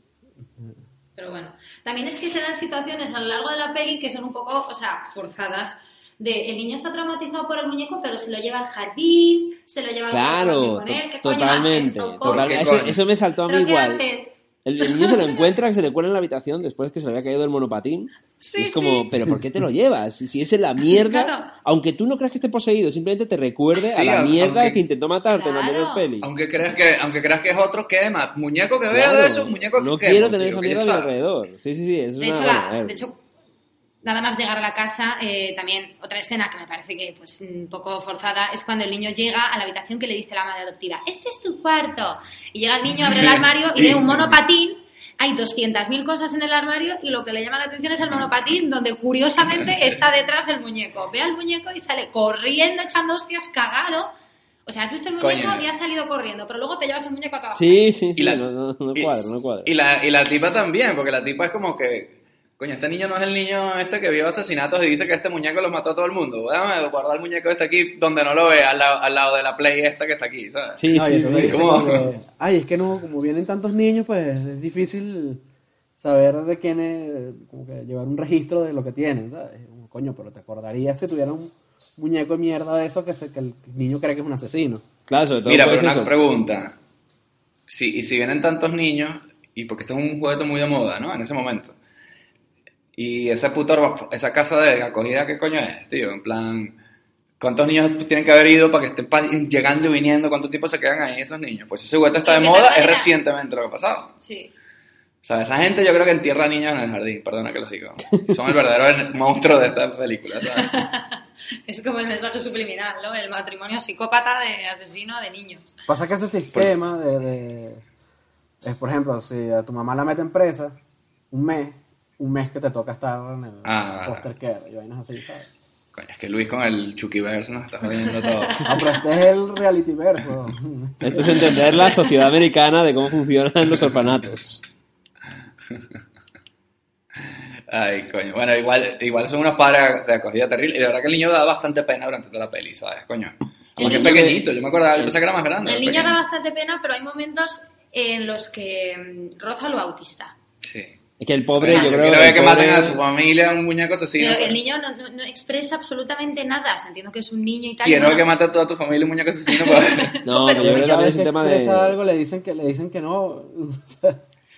S3: Pero bueno, también es que se dan situaciones a lo largo de la peli que son un poco, o sea, forzadas. De, el niño está traumatizado por el muñeco, pero se lo lleva al jardín, se pues lo lleva al parque
S4: Claro,
S3: con él,
S4: to-
S3: ¿qué coño
S4: totalmente.
S3: haces, tronco?
S4: total-
S2: ¿Qué
S4: eso,
S2: coño?
S4: eso me saltó a mí
S3: ¿Pero qué
S4: igual.
S3: haces?
S4: El, el niño se lo encuentra, que se le cuela en la habitación después que se le había caído el monopatín.
S3: Sí,
S4: y es como,
S3: sí.
S4: ¿pero por qué te lo llevas? Si, si es en la mierda,
S3: Claro.
S4: aunque tú no creas que esté poseído, simplemente te recuerde a
S2: Sí,
S4: la
S2: aunque-
S4: mierda que intentó matarte en la
S3: Claro.
S4: anterior peli.
S2: Aunque creas que, aunque creas que es otro, quema. Muñeco que vea
S4: Claro,
S2: de eso, muñeco que
S4: no
S2: quemo,
S4: quiero tener
S2: tío,
S4: esa
S2: que ya
S4: mierda a mi
S2: está.
S4: alrededor. Sí, sí, sí. Eso
S3: De
S4: es
S3: hecho,
S4: una
S3: la-
S4: buena,
S3: de hecho, nada más llegar a la casa, eh, también otra escena que me parece que pues un poco forzada es cuando el niño llega a la habitación que le dice la madre adoptiva, este es tu cuarto. Y llega el niño, abre el armario y ve un monopatín. Hay 200.000 cosas en el armario y lo que le llama la atención es el monopatín, donde curiosamente está detrás el muñeco. Ve al muñeco y sale corriendo, echando hostias, cagado. O sea, has visto el muñeco
S2: Coño.
S3: y has salido corriendo, pero luego te llevas el muñeco a todas
S4: Sí, sí, sí.
S2: la-
S4: no, no, no
S2: y-
S4: cuadro, no cuadro.
S2: Y la, y la tipa también, porque la tipa es como que, coño, este niño no es el niño este que vio asesinatos y dice que este muñeco lo mató a todo el mundo. Déjame guardar el muñeco este aquí donde no lo vea, al, lado- al lado de la play esta que está aquí, ¿sabes?
S4: Sí,
S5: No, y
S4: sí,
S5: entonces
S4: sí.
S5: dice
S2: ¿cómo?
S5: como que, Ay, es que no, como vienen tantos niños, pues es difícil saber de quién es, como que llevar un registro de lo que tienen, ¿sabes? Como, Coño, pero te acordarías si tuviera un muñeco de mierda de eso que, se- que el niño cree que es un asesino.
S4: Claro, sobre todo
S2: Mira,
S4: pues
S2: pero una
S4: eso.
S2: pregunta. Si, y si vienen tantos niños, y porque esto es un juguete muy de moda, ¿no? En ese momento. Y esa puta, orba- esa casa de acogida, ¿qué coño es, tío? En plan, ¿cuántos niños tienen que haber ido para que estén pa- llegando y viniendo? ¿Cuánto tiempo se quedan ahí esos niños? Pues ese juguete está
S3: Lo
S2: de
S3: que
S2: moda,
S3: pasa
S2: es
S3: era-
S2: recientemente lo que ha pasado.
S3: Sí.
S2: O sea, esa gente yo creo que entierra niños en el jardín, perdona que los digo. Son el verdadero monstruo de esta película, ¿sabes?
S3: Es como el mensaje subliminal, ¿no? El matrimonio psicópata de asesino de niños.
S5: Pasa que ese sistema de, de- es, por ejemplo, si a tu mamá la meten presa un mes, un mes que te toca estar en el
S2: Ah.
S5: foster care y vainas así, ¿sabes?
S2: Coño, es que Luis con el Chuckyverse nos está jodiendo todo.
S5: No, pero este es el reality verso.
S4: Esto es entender la sociedad americana de cómo funcionan los orfanatos.
S2: Ay, coño. Bueno, igual, igual son unos padres de acogida terrible. Y de verdad que el niño da bastante pena durante toda la peli, ¿sabes? Coño. Porque es
S3: niño-
S2: pequeñito, yo me acordaba, yo pensaba que era más grande.
S3: El
S2: era
S3: niño da
S2: pequeño.
S3: bastante pena, pero hay momentos en los que mm, roza lo autista.
S2: Sí.
S4: Es que el pobre,
S2: Coño,
S4: yo creo.
S2: quiero
S4: el
S2: ver que
S4: pobre-
S2: maten a tu familia a un muñeco asesino. pues,
S3: Pero el niño no, no- no expresa absolutamente nada. O sea, entiendo que es un niño y tal.
S2: Quiero
S3: y
S2: ver que
S3: bueno,
S2: mate a toda tu familia un muñeco asesino. pues.
S3: Pero
S4: No, pero yo creo que
S5: Cada
S4: también
S5: vez
S4: es un
S5: que
S4: tema de.
S5: expresa algo le dicen que, le dicen que no.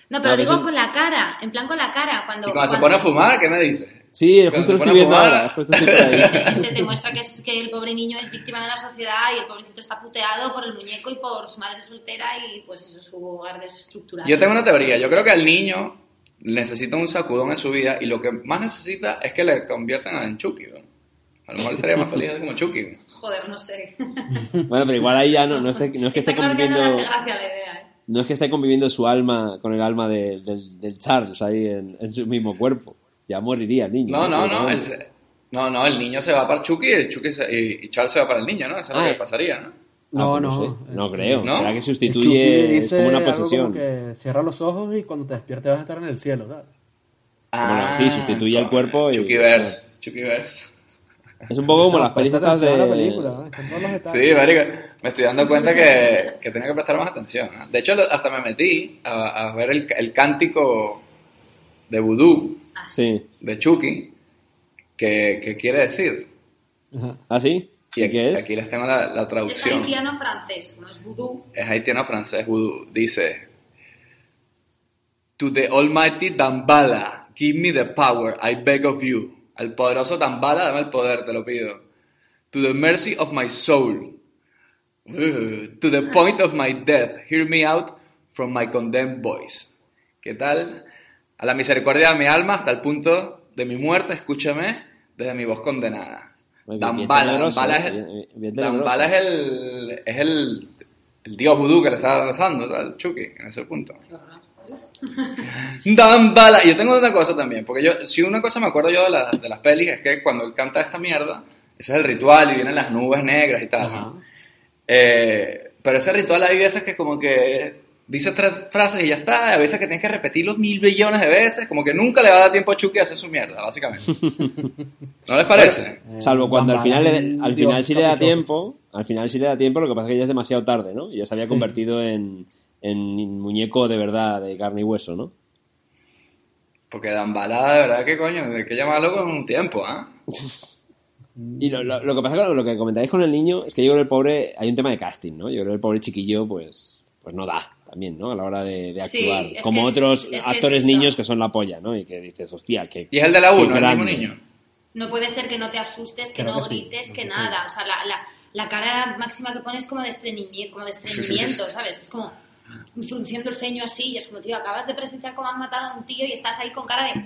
S3: No, pero
S4: No,
S3: digo
S4: pero sí.
S3: con la cara. En plan con la cara. Cuando,
S2: Y cuando se pone
S3: cuando
S2: a fumar, ¿qué me dices?
S4: Sí,
S2: Cuando
S4: justo
S2: se
S4: lo
S2: pone
S4: estoy
S2: a
S4: viendo
S2: fumar.
S4: ahora. Justo estoy por ahí.
S3: eh, se demuestra que, es- que el pobre niño es víctima de la sociedad y el pobrecito está puteado por el muñeco y por su madre soltera y pues eso, su hogar desestructurado.
S2: Yo tengo una teoría. Yo creo que el niño necesita un sacudón en su vida y lo que más necesita es que le conviertan en Chucky. ¿no? A lo mejor sería más feliz como Chucky. ¿no?
S3: Joder, no sé.
S4: Bueno, pero igual ahí ya no, no, esté- no es que
S3: Está
S4: esté
S3: claro que no le hace
S4: conviviendo.
S3: gracia la idea. ¿eh?
S4: No es que esté conviviendo su alma con el alma de- del, del Charles ahí en, en su mismo cuerpo. Ya moriría el niño.
S2: No, no, no.
S4: Pero ah,
S2: El, se- no, no, el niño se va para Chucky, y el Chucky se- y, y Charles se va para el niño, ¿no? Eso es lo
S4: Ah,
S2: que
S4: eh.
S2: pasaría, ¿no?
S5: No,
S4: pues
S5: no.
S4: sé. No creo.
S2: ¿No?
S4: Será que
S5: Chucky
S4: sustituye. Es
S5: dice
S4: como una
S5: algo
S4: posesión.
S5: Como que cierra los ojos y cuando te despiertes vas a estar en el cielo, ¿sabes?
S4: Bueno, sí, sustituye al cuerpo y-
S2: Ah, Chuckyverse, Chuckyverse.
S4: Es un poco como
S5: Chao,
S4: las pelis
S5: presta
S4: estas de.
S5: atención a la película, ¿no? Están todos los detalles.
S2: Sí, marica, me estoy dando cuenta que, que tengo que prestar más atención. ¿no? De hecho, lo- hasta me metí a, a ver el, el cántico de vudú
S4: Sí.
S2: de Chucky, que, que quiere decir.
S5: Ajá.
S4: ¿Ah, sí?
S2: Y
S4: ¿Y
S2: aquí,
S4: qué es?
S2: aquí les tengo la, la
S3: Es
S2: traducción.
S3: haitiano francés, no es vudú.
S2: es haitiano francés vudú. Dice: To the Almighty Dambala, give me the power, I beg of you. Al poderoso Dambala, dame el poder, te lo pido. To the mercy of my soul. Uh, to the point of my death, hear me out from my condemned voice. ¿Qué tal? A la misericordia de mi alma, hasta el punto de mi muerte, escúchame desde mi voz condenada.
S4: Bien, bien
S2: Dambala,
S4: tenebroso,
S2: Dambala
S4: eh,
S2: es,
S4: bien- bien tenebroso.
S2: Dambala es el, es el, el dios vudú que le está rezando al Chucky en ese punto. Dambala. Yo tengo una cosa también, porque yo, si una cosa me acuerdo yo de, la- de las pelis es que cuando él canta esta mierda, ese es el ritual y vienen las nubes negras y tal. ¿no? Eh, pero ese ritual hay veces que como que dices tres frases y ya está, a veces que tienes que repetirlo mil billones de veces, como que nunca le va a dar tiempo a Chucky a hacer su mierda, básicamente. ¿No les parece?
S5: Eh,
S4: Salvo cuando al final, le-
S5: Dambala,
S4: al
S5: Dios,
S4: final sí le da
S5: caprichoso.
S4: tiempo, al final sí le da tiempo, lo que pasa es que ya es demasiado tarde, ¿no? Ya se había convertido en, en muñeco de verdad, de carne y hueso, ¿no?
S2: Porque Dambala, de verdad que coño, hay que llamarlo con un tiempo, ¿ah?
S4: Y lo, lo- lo que pasa con lo que comentáis con el niño es que yo creo que el pobre, hay un tema de casting, ¿no? Yo creo que el pobre chiquillo, pues, pues no da también, ¿no? A la hora de, de
S3: Sí,
S4: actuar.
S3: es que
S4: Como
S3: es-
S4: otros
S3: es que es
S4: actores
S3: eso.
S4: niños que son la polla, ¿no? Y que dices, hostia, que...
S2: Y es el de la
S4: qué
S2: 1, el mismo
S4: grande.
S2: niño.
S3: No puede ser que no te asustes, que
S5: Creo
S3: no
S5: que sí,
S3: grites,
S5: creo
S3: que
S5: que sí.
S3: nada. O sea, la, la, la cara máxima que pones es como de estreñimiento, como de estreñimiento, ¿sabes? Es como frunciendo el ceño así y es como, tío, acabas de presenciar cómo han matado a un tío y estás ahí con cara de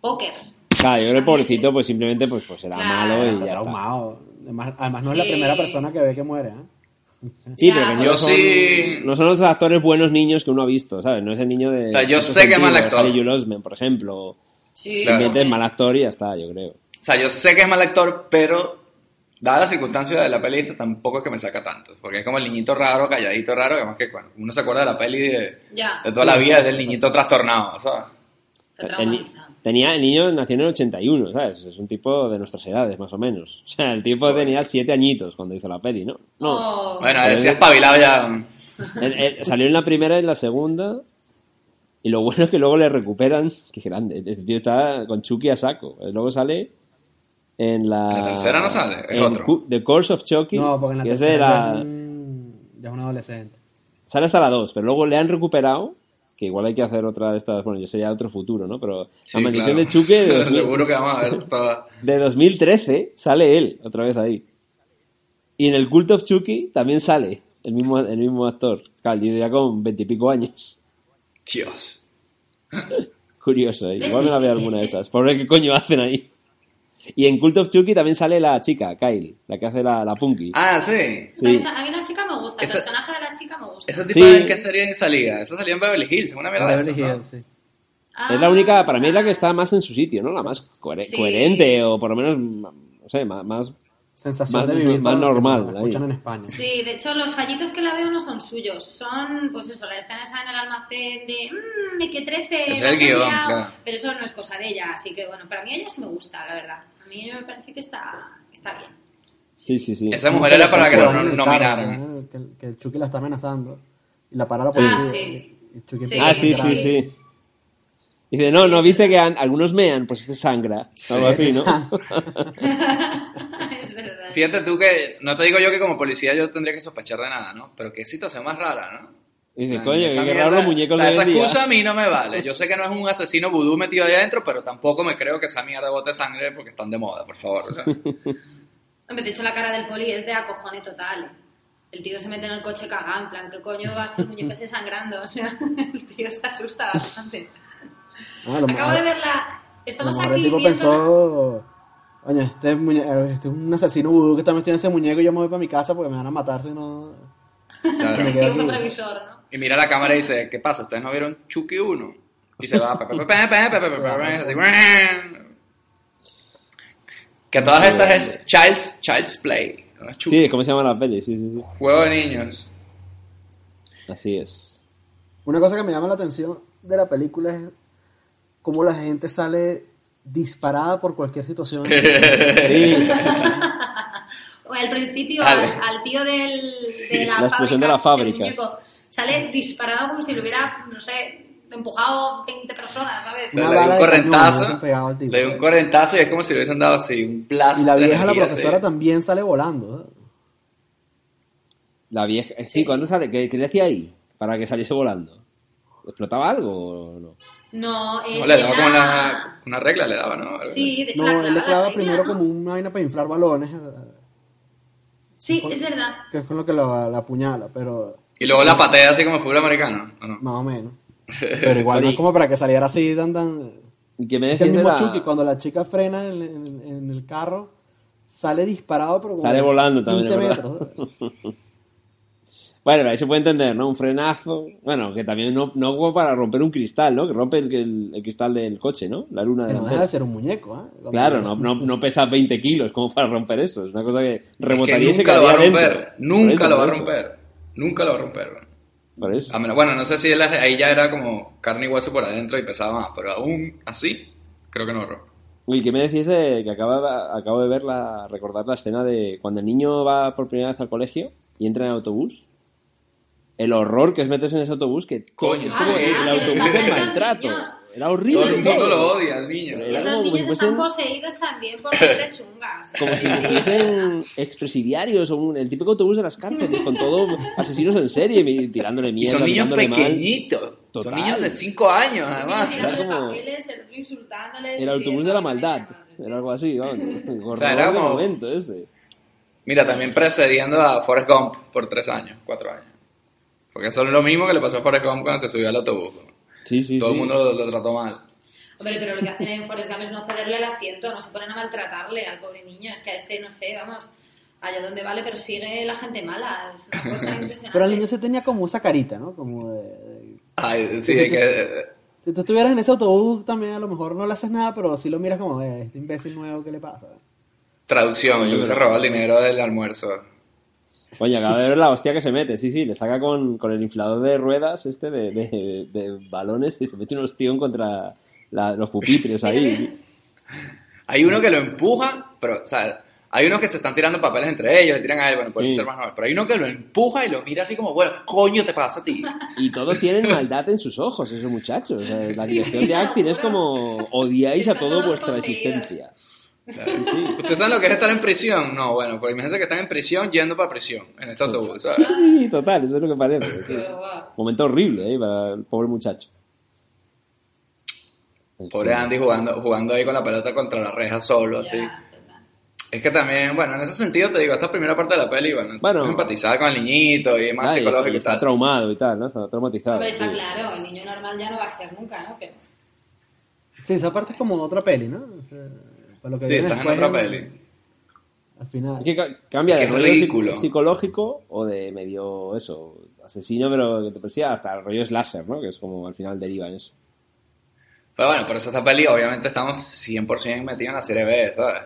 S3: póker.
S4: Claro, yo creo que el pobrecito, pues simplemente, pues, pues será
S3: Claro.
S4: malo y ya
S5: Está
S4: está.
S5: traumado. Además, además no es la
S3: Sí.
S5: primera persona que ve que muere, ¿eh?
S4: Sí,
S3: Ya.
S4: pero que no,
S2: Yo
S4: son,
S2: sí-
S4: no son los actores buenos niños que uno ha visto, ¿sabes? No es el niño de...
S2: sea, yo
S4: Sexto
S2: sé que es mal
S4: Sentido, de
S2: actor.
S4: Harry Jules Osment, por ejemplo.
S3: Sí,
S4: Simplemente
S3: hombre.
S4: es mal actor y ya está, yo creo.
S2: O sea, yo sé que es mal actor, pero dadas las circunstancias de la peli, tampoco es que me saca tanto. Porque es como el niñito raro, calladito raro, que además que cuando uno se acuerda de la peli de,
S3: Ya.
S2: de toda la vida, es del niñito trastornado, ¿sabes?
S3: Está
S4: El ni-
S3: traumatizado.
S4: tenía, el niño nació en el 81, ¿sabes? Es un tipo de nuestras edades, más o menos. O sea, el tipo tenía siete añitos cuando hizo la peli, ¿no? No.
S3: Oh.
S2: Bueno,
S4: Pero
S2: decía
S4: es-
S2: espabilado ya.
S4: Él- él Eh, salió en la primera y en la segunda. Y lo bueno es que luego le recuperan. Qué grande. Este tío está con Chucky a saco. Eh, Luego sale en la.
S2: En la tercera no sale, es
S4: en
S2: otro.
S4: Cu- The Course of Chucky.
S5: No, porque en la
S4: que es de
S5: tercera
S4: la-
S5: ya, es un, ya es un adolescente.
S4: Sale hasta la 2, pero luego le han recuperado. Que igual hay que hacer otra de estas. Bueno, yo sería otro futuro, ¿no? Pero
S2: Sí,
S4: la maldición
S2: claro.
S4: de Chucky de 2000.
S2: Seguro que vamos a ver toda.
S4: de 2013 sale él otra vez ahí. Y en el Cult of Chucky también sale el mismo, el mismo actor. Claro, yo ya con veintipico años.
S2: Dios.
S4: Curioso, ¿eh?
S3: ¿Ves?
S4: igual me la
S3: Es
S4: veo
S3: que-
S4: alguna de
S3: es que-
S4: esas. Por ver qué coño hacen ahí. Y en Cult of Chucky también sale la chica, Kyle, la que hace la, la Punky.
S2: Ah, sí.
S4: Sí.
S3: Esa- a mí la chica me gusta, el
S2: Esa-
S3: personaje de la chica me gusta.
S2: ¿Esa
S4: Sí.
S2: tipa en qué serie salía? Esa salía en Beverly Hills, una mierda. de
S5: Beverly
S2: esas, ¿no?
S5: Hills, sí.
S3: Ah.
S4: Es la única, para mí es la que está más en su sitio, ¿no? La más cohere-
S3: Sí.
S4: coherente o por lo menos, no sé, más, más-
S5: Sensación
S4: Más-
S5: de vivir
S4: más
S5: para los que
S4: normal,
S5: no la
S4: ahí.
S5: escuchan en España.
S3: Sí, de hecho los fallitos que la veo no son suyos, son, pues eso, la están esa en el almacén de, mmm, de que 13,
S2: Es
S3: la
S2: el
S3: has
S2: guión,
S3: liado".
S2: claro.
S3: pero eso no es cosa de ella, así que bueno, para mí ella sí me gusta, la verdad, a mí me parece que está, está bien.
S4: Sí, sí, sí.
S2: Esa mujer era para que
S5: Bueno,
S2: la nom-
S5: en el carro,
S2: nominaran.
S5: ¿no? pues, Que, que Chucky la está amenazando. Y la para la
S4: Sí.
S5: policía.
S3: Ah, sí.
S5: Y Chucky
S3: Sí.
S5: empieza
S4: Ah,
S5: a
S4: sí, sí,
S5: llorar.
S4: sí. Dice, no, no, viste que han- algunos mean, pues este sangra. Algo así, ¿no?
S3: es verdad.
S2: Fíjate tú que, no te digo yo que como policía yo tendría que sospechar de nada, ¿no? Pero qué situación más rara, ¿no?
S4: Y dice,
S2: Ay,
S4: coño,
S2: esa
S4: qué
S2: mierda-
S4: raro los muñecos
S2: o sea,
S4: de hoy
S2: Esa
S4: en día.
S2: excusa a mí no me vale. Yo sé que no es un asesino vudú metido ahí adentro, pero tampoco me creo que esa mierda bote sangre porque están de moda, por favor. o sea.
S3: Hombre, de hecho la cara del poli es de acojone total, el tío se mete en el coche cagado, en plan, ¿qué coño va a hacer el muñeco ese sangrando? O sea, el tío se asusta bastante.
S5: Ah, lo
S3: Acabo
S5: mejor-
S3: de verla,
S5: A lo
S3: estamos
S5: mejor
S3: aquí
S5: el tipo
S3: viendo
S5: pensó, coño, este, muñe- este es un asesino vudú que está metido en ese muñeco y yo me voy para mi casa porque me van a matar si no...
S2: Claro.
S5: Me
S3: el
S5: quedo
S3: tío
S5: aquí.
S3: revisor, ¿no?
S2: Y mira la cámara y dice, ¿qué pasa? ¿Ustedes no vieron Chucky 1? Y se va... pa, pa, pa, pa, pa, pa, pa, pa, pa, así, Que a todas estas es Child's, Child's Play. ¿no? Es Chucky.
S4: Sí, ¿cómo se llama la peli? Sí, sí, sí.
S2: Juego de niños.
S4: Así es.
S5: Una cosa que me llama la atención de la película es cómo la gente sale disparada por cualquier situación.
S4: Sí,
S3: O al principio,
S2: Dale.
S3: al, al tío del, de la,
S4: la explosión
S3: fábrica,
S4: de la fábrica.
S3: del muñeco, sale disparado como si lo hubiera, no sé, empujado 20 personas, ¿sabes?
S2: O sea,
S5: Una
S2: le dio
S5: bala
S2: un
S5: de cañón,
S2: correntazo.
S5: ¿no? pegado al tipo.
S2: Le dio un correntazo y es como si le hubiesen dado así un plazo.
S5: y la vieja, la profesora, también sale volando. ¿eh?
S4: la vieja. eh, Sí, ¿cuándo sale? ¿Qué, qué le hacía ahí? Para que saliese volando. ¿Explotaba algo o no?
S3: No, él
S2: No, le daba
S3: era-
S2: como una, una regla, le daba, ¿no?
S3: Sí, de hecho la
S5: No, él le
S3: clava
S5: clava
S3: la regla,
S5: primero
S3: ¿no?
S5: como una vaina para inflar balones, eh,
S3: Sí, es verdad.
S5: que es con lo que la, la apuñala, pero
S2: Y luego la patea así como fútbol americano. ¿o no?
S5: más o menos. Pero igual no es como para que saliera así tan tan...
S4: Y que me
S5: Es que el
S4: defiende
S5: mismo
S4: la...
S5: Chucky, cuando la chica frena en, en- en el carro, sale disparado, pero como
S4: Sale volando también,
S5: 15
S4: es verdad.
S5: metros. ¿no?
S4: Bueno, ahí se puede entender, ¿no? Un frenazo. Bueno, que también no, no como para romper un cristal, ¿no? Que rompe el, el- el cristal del coche, ¿no? La luna
S5: Que
S4: del
S5: no deja de ser un muñeco, ¿eh? Cuando-
S4: Claro, no, no, no pesa 20 kilos como para romper eso. Es una cosa que rebotaría
S2: Es que
S4: y se
S2: nunca lo va a
S4: quedaría
S2: romper.
S4: dentro.
S2: Nunca
S4: Por eso,
S2: lo va a
S4: por eso,
S2: romper. Nunca lo va a romper. bueno.
S4: Por eso.
S2: A menos- Ah, bueno, no sé si él ahí ya era como carne y hueso por adentro y pesaba más, pero aún así, creo que no lo rompe.
S4: Y que me decís eh, que acaba, acabo de ver la, recordar la escena de cuando el niño va por primera vez al colegio y entra en el autobús. El horror que es meterse en ese autobús, que
S2: Coño,
S4: es como
S2: sí.
S4: el
S2: Ah,
S3: ¿qué les
S4: autobús
S3: pasa a
S4: del
S3: esos
S4: maltrato.
S3: niños?
S4: Era
S2: Todo
S4: horrible.
S2: el
S3: Sí,
S2: mundo
S3: sí.
S2: lo odia al niño.
S4: Pero
S2: ¿verdad?
S4: Era
S3: Esos
S4: como
S3: niños
S4: si
S3: están
S4: fuesen-
S3: poseídos también por mentes chungas.
S4: Como si estuviesen expresidiarios o un- el típico autobús de las cárceles, con todo asesinos en serie mi- tirándole
S2: Y
S4: mierda,
S2: son niños
S4: mirándole mal.
S2: pequeñitos.
S4: Total.
S2: Son niños de 5 años, además.
S4: Era como-
S3: papeles, el otro insultándoles,
S4: El
S3: sí,
S4: autobús
S3: eso
S4: de la
S3: no me
S4: maldad.
S3: llama.
S4: Era algo así, vamos. Horror
S2: sea, era
S4: de
S2: como-
S4: momento ese.
S2: Mira, también precediendo a Forrest Gump por 3 años, 4 años. Porque eso es lo mismo que le pasó a Forrest Gump cuando se subió al autobús. ¿no?
S4: Sí, sí,
S2: Todo
S4: sí.
S2: el mundo lo, lo trató mal.
S3: Hombre, pero lo que hacen en Forrest Gump es no cederle el asiento, no se ponen a maltratarle al pobre niño. Es que a este, no sé, vamos, allá donde vale, pero sigue la gente mala. Es una cosa impresionante.
S5: Pero el niño se tenía como esa carita, ¿no? Como de... de-
S2: Ay, sí,
S5: Sí, sí,
S2: hay
S5: tú-
S2: que... eh,
S5: Si tú estuvieras en ese autobús también a lo mejor no le haces nada, pero si lo miras como, "Eh, este imbécil nuevo, ¿qué le pasa?
S2: Traducción,
S4: Coño,
S2: yo se
S4: pero-
S2: robó el dinero del almuerzo.
S4: Coño, acaba de ver la hostia que se mete. Sí, sí, le saca con, con el inflador de ruedas este de, de- de balones y se mete un hostión contra la- los pupitres ahí.
S2: Hay uno que lo empuja, pero, o sea, hay unos que se están tirando papeles entre ellos, le tiran a él, bueno, puede
S4: Sí.
S2: ser más normal, pero hay uno que lo empuja y lo mira así como, bueno, coño te pasa a ti.
S4: Y todos tienen maldad en sus ojos, esos muchachos. O sea, la dirección de acting es como odiáis a
S3: Están
S4: toda
S3: todos
S4: vuestra
S3: poseídos.
S4: existencia.
S2: Claro.
S4: Sí.
S2: ¿Ustedes saben lo que es estar en prisión? No, bueno, pues imagínense que están en prisión yendo para prisión, en este autobús, ¿sabes?
S4: Sí, sí, total, eso es lo que parece. sí.
S3: Qué horror.
S4: Momento horrible ¿eh? para el pobre muchacho.
S2: Pobre Andy jugando, jugando ahí con la pelota contra la reja solo,
S3: Ya,
S2: así.
S3: total.
S2: Es que también, bueno, en ese sentido te digo, esta primera parte de la peli, bueno,
S4: Bueno.
S2: es empatizada con el niñito y más
S4: Ah, y está,
S2: psicológico
S4: y
S2: y
S4: está
S2: tal.
S4: traumado y tal, ¿no? Está traumatizado.
S3: Hombre, está
S4: sí.
S3: claro, el niño normal ya no va a ser nunca, ¿no? Pero...
S5: Sí, esa parte es como otra peli, ¿no? O sea, para lo que
S2: Sí,
S5: viene
S2: estás en
S5: después,
S2: otra
S5: ¿no?
S2: peli.
S5: Al final.
S4: Es que ca- cambia
S2: Es
S4: de
S2: que es
S4: rollo psic-
S2: ridículo.
S4: psicológico o de medio eso, asesino, pero que te persiga hasta el rollo slasher, ¿no? Que es como al final deriva en eso.
S2: Pero bueno, por eso esta peli, obviamente estamos 100% metidos en la serie B, ¿sabes?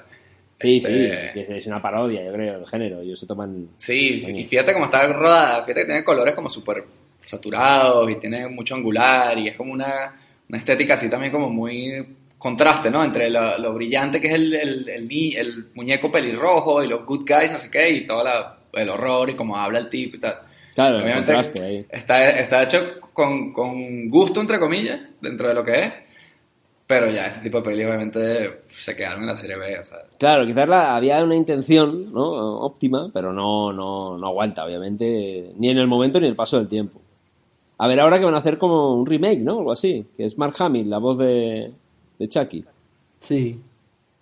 S4: Sí,
S2: Este-
S4: sí, que es- es una parodia, yo creo, del género. Ellos se toman.
S2: Sí,
S4: Coño.
S2: y fíjate cómo está rodada, fíjate que tiene colores como súper saturados y tiene mucho angular y es como una, una estética así también como muy contraste, ¿no? Entre lo, lo brillante que es el, el, el ni- el muñeco pelirrojo y los good guys, no sé qué, y todo la- el horror y cómo habla el tipo y tal.
S4: Claro, el contraste ahí.
S2: Está, está hecho con, con gusto, entre comillas, dentro de lo que es, pero ya, este tipo de pelis obviamente se quedaron en la serie B, o sea,
S4: Claro, quizás la- había una intención ¿no? óptima, pero no, no, no aguanta, obviamente, ni en el momento ni en el paso del tiempo. A ver, ahora que van a hacer como un remake, ¿no? Algo así, que es Mark Hamill, la voz de, de Chucky,
S5: Sí.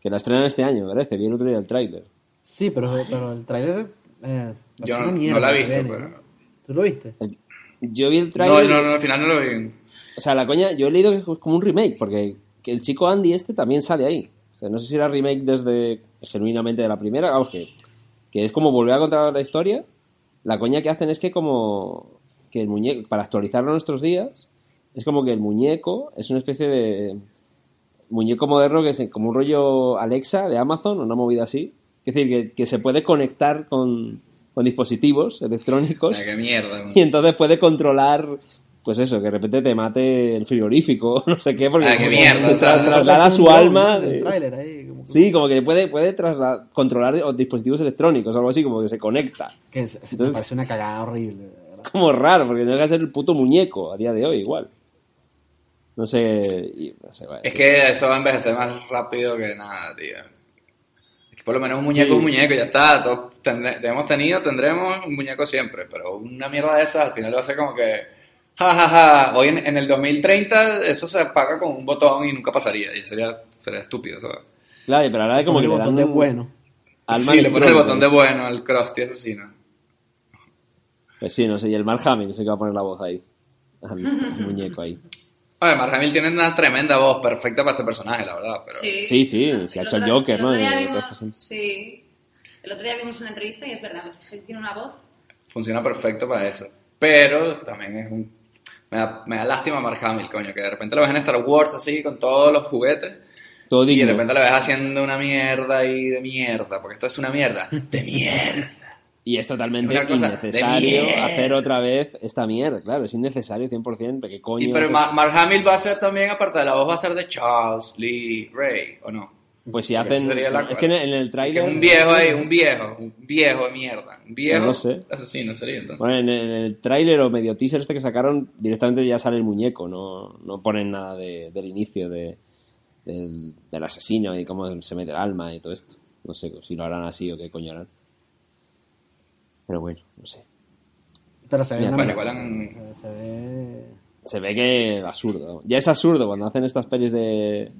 S4: que la estrenan este año, me parece, vi el otro día el tráiler.
S5: Sí, pero, pero el tráiler eh, parece
S2: Yo no-
S5: una
S2: no
S5: mierda
S2: la he
S5: que
S2: visto,
S5: viene,
S2: pero-
S5: ¿no? ¿Tú lo viste?
S4: El- Yo vi el
S2: no,
S4: tráiler...
S2: no, no, al final no lo vi.
S4: O sea, la coña, yo he leído que es como un remake, porque que el chico Andy este también sale ahí. O sea, no sé si era remake desde genuinamente de la primera, vamos, que, que es como volver a contar la historia. La coña que hacen es que como que el muñeco, para actualizarlo a nuestros días, es como que el muñeco es una especie de muñeco moderno que es como un rollo Alexa de Amazon, una movida así. Es decir, que, que se puede conectar con, con dispositivos electrónicos.
S2: Ay, qué mierda. man.
S4: Y entonces puede controlar, pues eso, que de repente te mate el frigorífico, no sé qué, porque
S2: Ah, qué
S4: como
S2: mierda,
S4: se
S2: o sea,
S4: tra-
S2: no-
S4: traslada
S5: Parece
S4: su
S5: un dron,
S4: alma.
S5: ¿no?
S4: de-
S5: El tráiler ahí. Como que,
S4: Sí, como que puede, puede trasla- controlar o- dispositivos electrónicos, algo así, como que se conecta.
S5: que es- es- me
S4: Entonces-
S5: parece una cagada horrible. de verdad.
S4: Como raro, porque no deja de ser el puto muñeco a día de hoy, igual. No sé. y- no sé, vaya.
S2: Es que eso va a envejecer más rápido que nada, tío. Es que por lo menos un muñeco
S4: Sí.
S2: es un muñeco, ya está. Todos tendré- hemos tenido, tendremos un muñeco siempre, pero una mierda de esas al final va a ser como que... Ja, ja, ja. Hoy en, en el 2030 eso se apaga con un botón y nunca pasaría. Y sería, sería estúpido. ¿sabes?
S4: Claro, pero ahora es como
S5: Pon
S4: que
S5: el
S4: le
S5: botón
S4: dan
S5: de
S4: un
S5: bueno.
S4: alma
S2: sí, le pones el
S4: electrónica.
S2: botón de bueno al Krusty asesino.
S4: Pues sí, no sé, y el Mark Hamill es el que va a poner la voz ahí. Al, al muñeco ahí.
S2: Oye, Mark Hamill tiene una tremenda voz, perfecta para este personaje, la verdad. Pero...
S3: Sí,
S4: Sí, sí, se ha hecho el Joker, ¿no?
S3: otro día
S4: Y
S3: vimos-
S4: cosas así.
S3: sí, El otro día vimos una entrevista y es verdad, me fijé que tiene una voz. Eh,
S2: Funciona perfecto para eso. Pero también es un... Me da, me da lástima Mark Hamill, coño, que de repente lo ves en Star Wars así, con todos los juguetes.
S4: Todo
S2: Y de
S4: digno.
S2: repente lo ves haciendo una mierda y de mierda, porque esto es una mierda. De mierda.
S4: Y es totalmente
S2: Una cosa de
S4: innecesario
S2: mierda.
S4: hacer otra vez esta mierda, claro, es innecesario 100%, porque coño...
S2: Y pero
S4: haces-
S2: Ma- Mark Hamill va a ser también, aparte de la voz, va a ser de Charles Lee Ray, ¿o no?
S4: Pues si
S2: Porque
S4: hacen...
S2: esa sería la
S4: es
S2: cual-
S4: que en el- en el
S2: Que
S4: tráiler...
S2: un viejo ahí, un viejo, un viejo de mierda. Un viejo
S4: No lo sé.
S2: asesino sería entonces.
S4: Bueno, en el, en el tráiler o medio teaser este que sacaron, directamente ya sale el muñeco, no, no ponen nada de- del inicio de, del, del asesino y cómo se mete el alma y todo esto. No sé si lo harán así o qué coño harán. Pero bueno, no sé.
S5: Pero se ve
S4: Ya,
S5: una
S4: vale,
S5: mierda,
S2: igual
S5: se ve- se ve...
S4: Se ve que absurdo. Ya es absurdo cuando hacen estas pelis de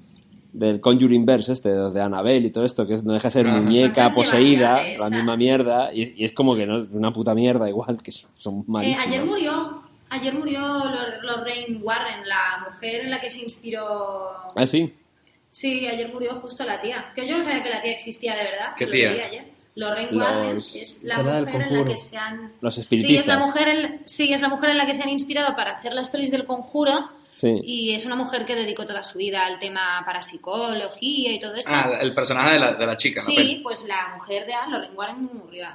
S4: del Conjuring Verse, este, los de Annabelle y todo esto, que es, no deja de ser
S2: Ajá.
S4: muñeca
S3: Fantasía
S4: poseída,
S3: variable,
S4: la
S3: esas.
S4: misma mierda, y, y es como que no, una puta mierda igual, que son
S3: Eh,
S4: malísimas.
S3: ayer murió, ayer murió Lor- Lorraine Warren, la mujer en la que se inspiró.
S4: Ah, sí.
S3: Sí, ayer murió justo la tía. Que yo no sabía que la tía existía de verdad.
S2: ¿Qué
S3: lo
S2: tía?
S3: leí ayer. Lorraine
S4: Los-
S3: Warren es la
S5: Será del
S3: mujer en la
S5: Conjuro.
S3: que se han...
S4: Los
S3: sí, es la
S4: espiritistas.
S3: mujer en... sí, es la mujer en la que se han inspirado para hacer las pelis del conjuro.
S4: Sí.
S3: Y es una mujer que dedicó toda su vida al tema parapsicología y todo eso.
S2: Ah, la- el personaje de la, de la chica, en la
S3: sí,
S2: peli.
S3: pues la mujer real, Lorraine Warren, murió,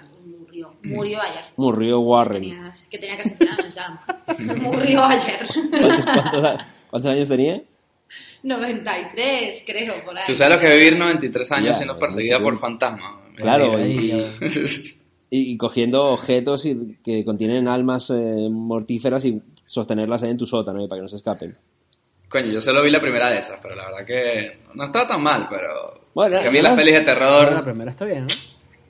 S3: murió, murió ayer.
S4: Murió Warren.
S3: Tenía- que tenía casi 100 años ya. la mujer. Murió ayer.
S4: ¿Cuántos, cuántos a- cuántos años tenía?
S3: 93, creo, por ahí.
S2: Tú sabes lo que es vivir 93 años
S4: Ya,
S2: siendo
S4: no
S2: perseguida
S4: sé.
S2: por fantasmas.
S4: Claro,
S2: Mentira.
S4: y,
S5: Ahí, ya-
S4: y- y cogiendo objetos y- que contienen almas eh, mortíferas y sostenerlas ahí en tu sótano eh, para que no se escapen.
S2: Coño, yo solo vi la primera de esas, pero la verdad que no está tan mal, pero...
S4: Bueno,
S2: Es que a mí las
S4: además-
S2: pelis de
S5: Pero la
S2: terror...
S5: primera está bien, ¿no?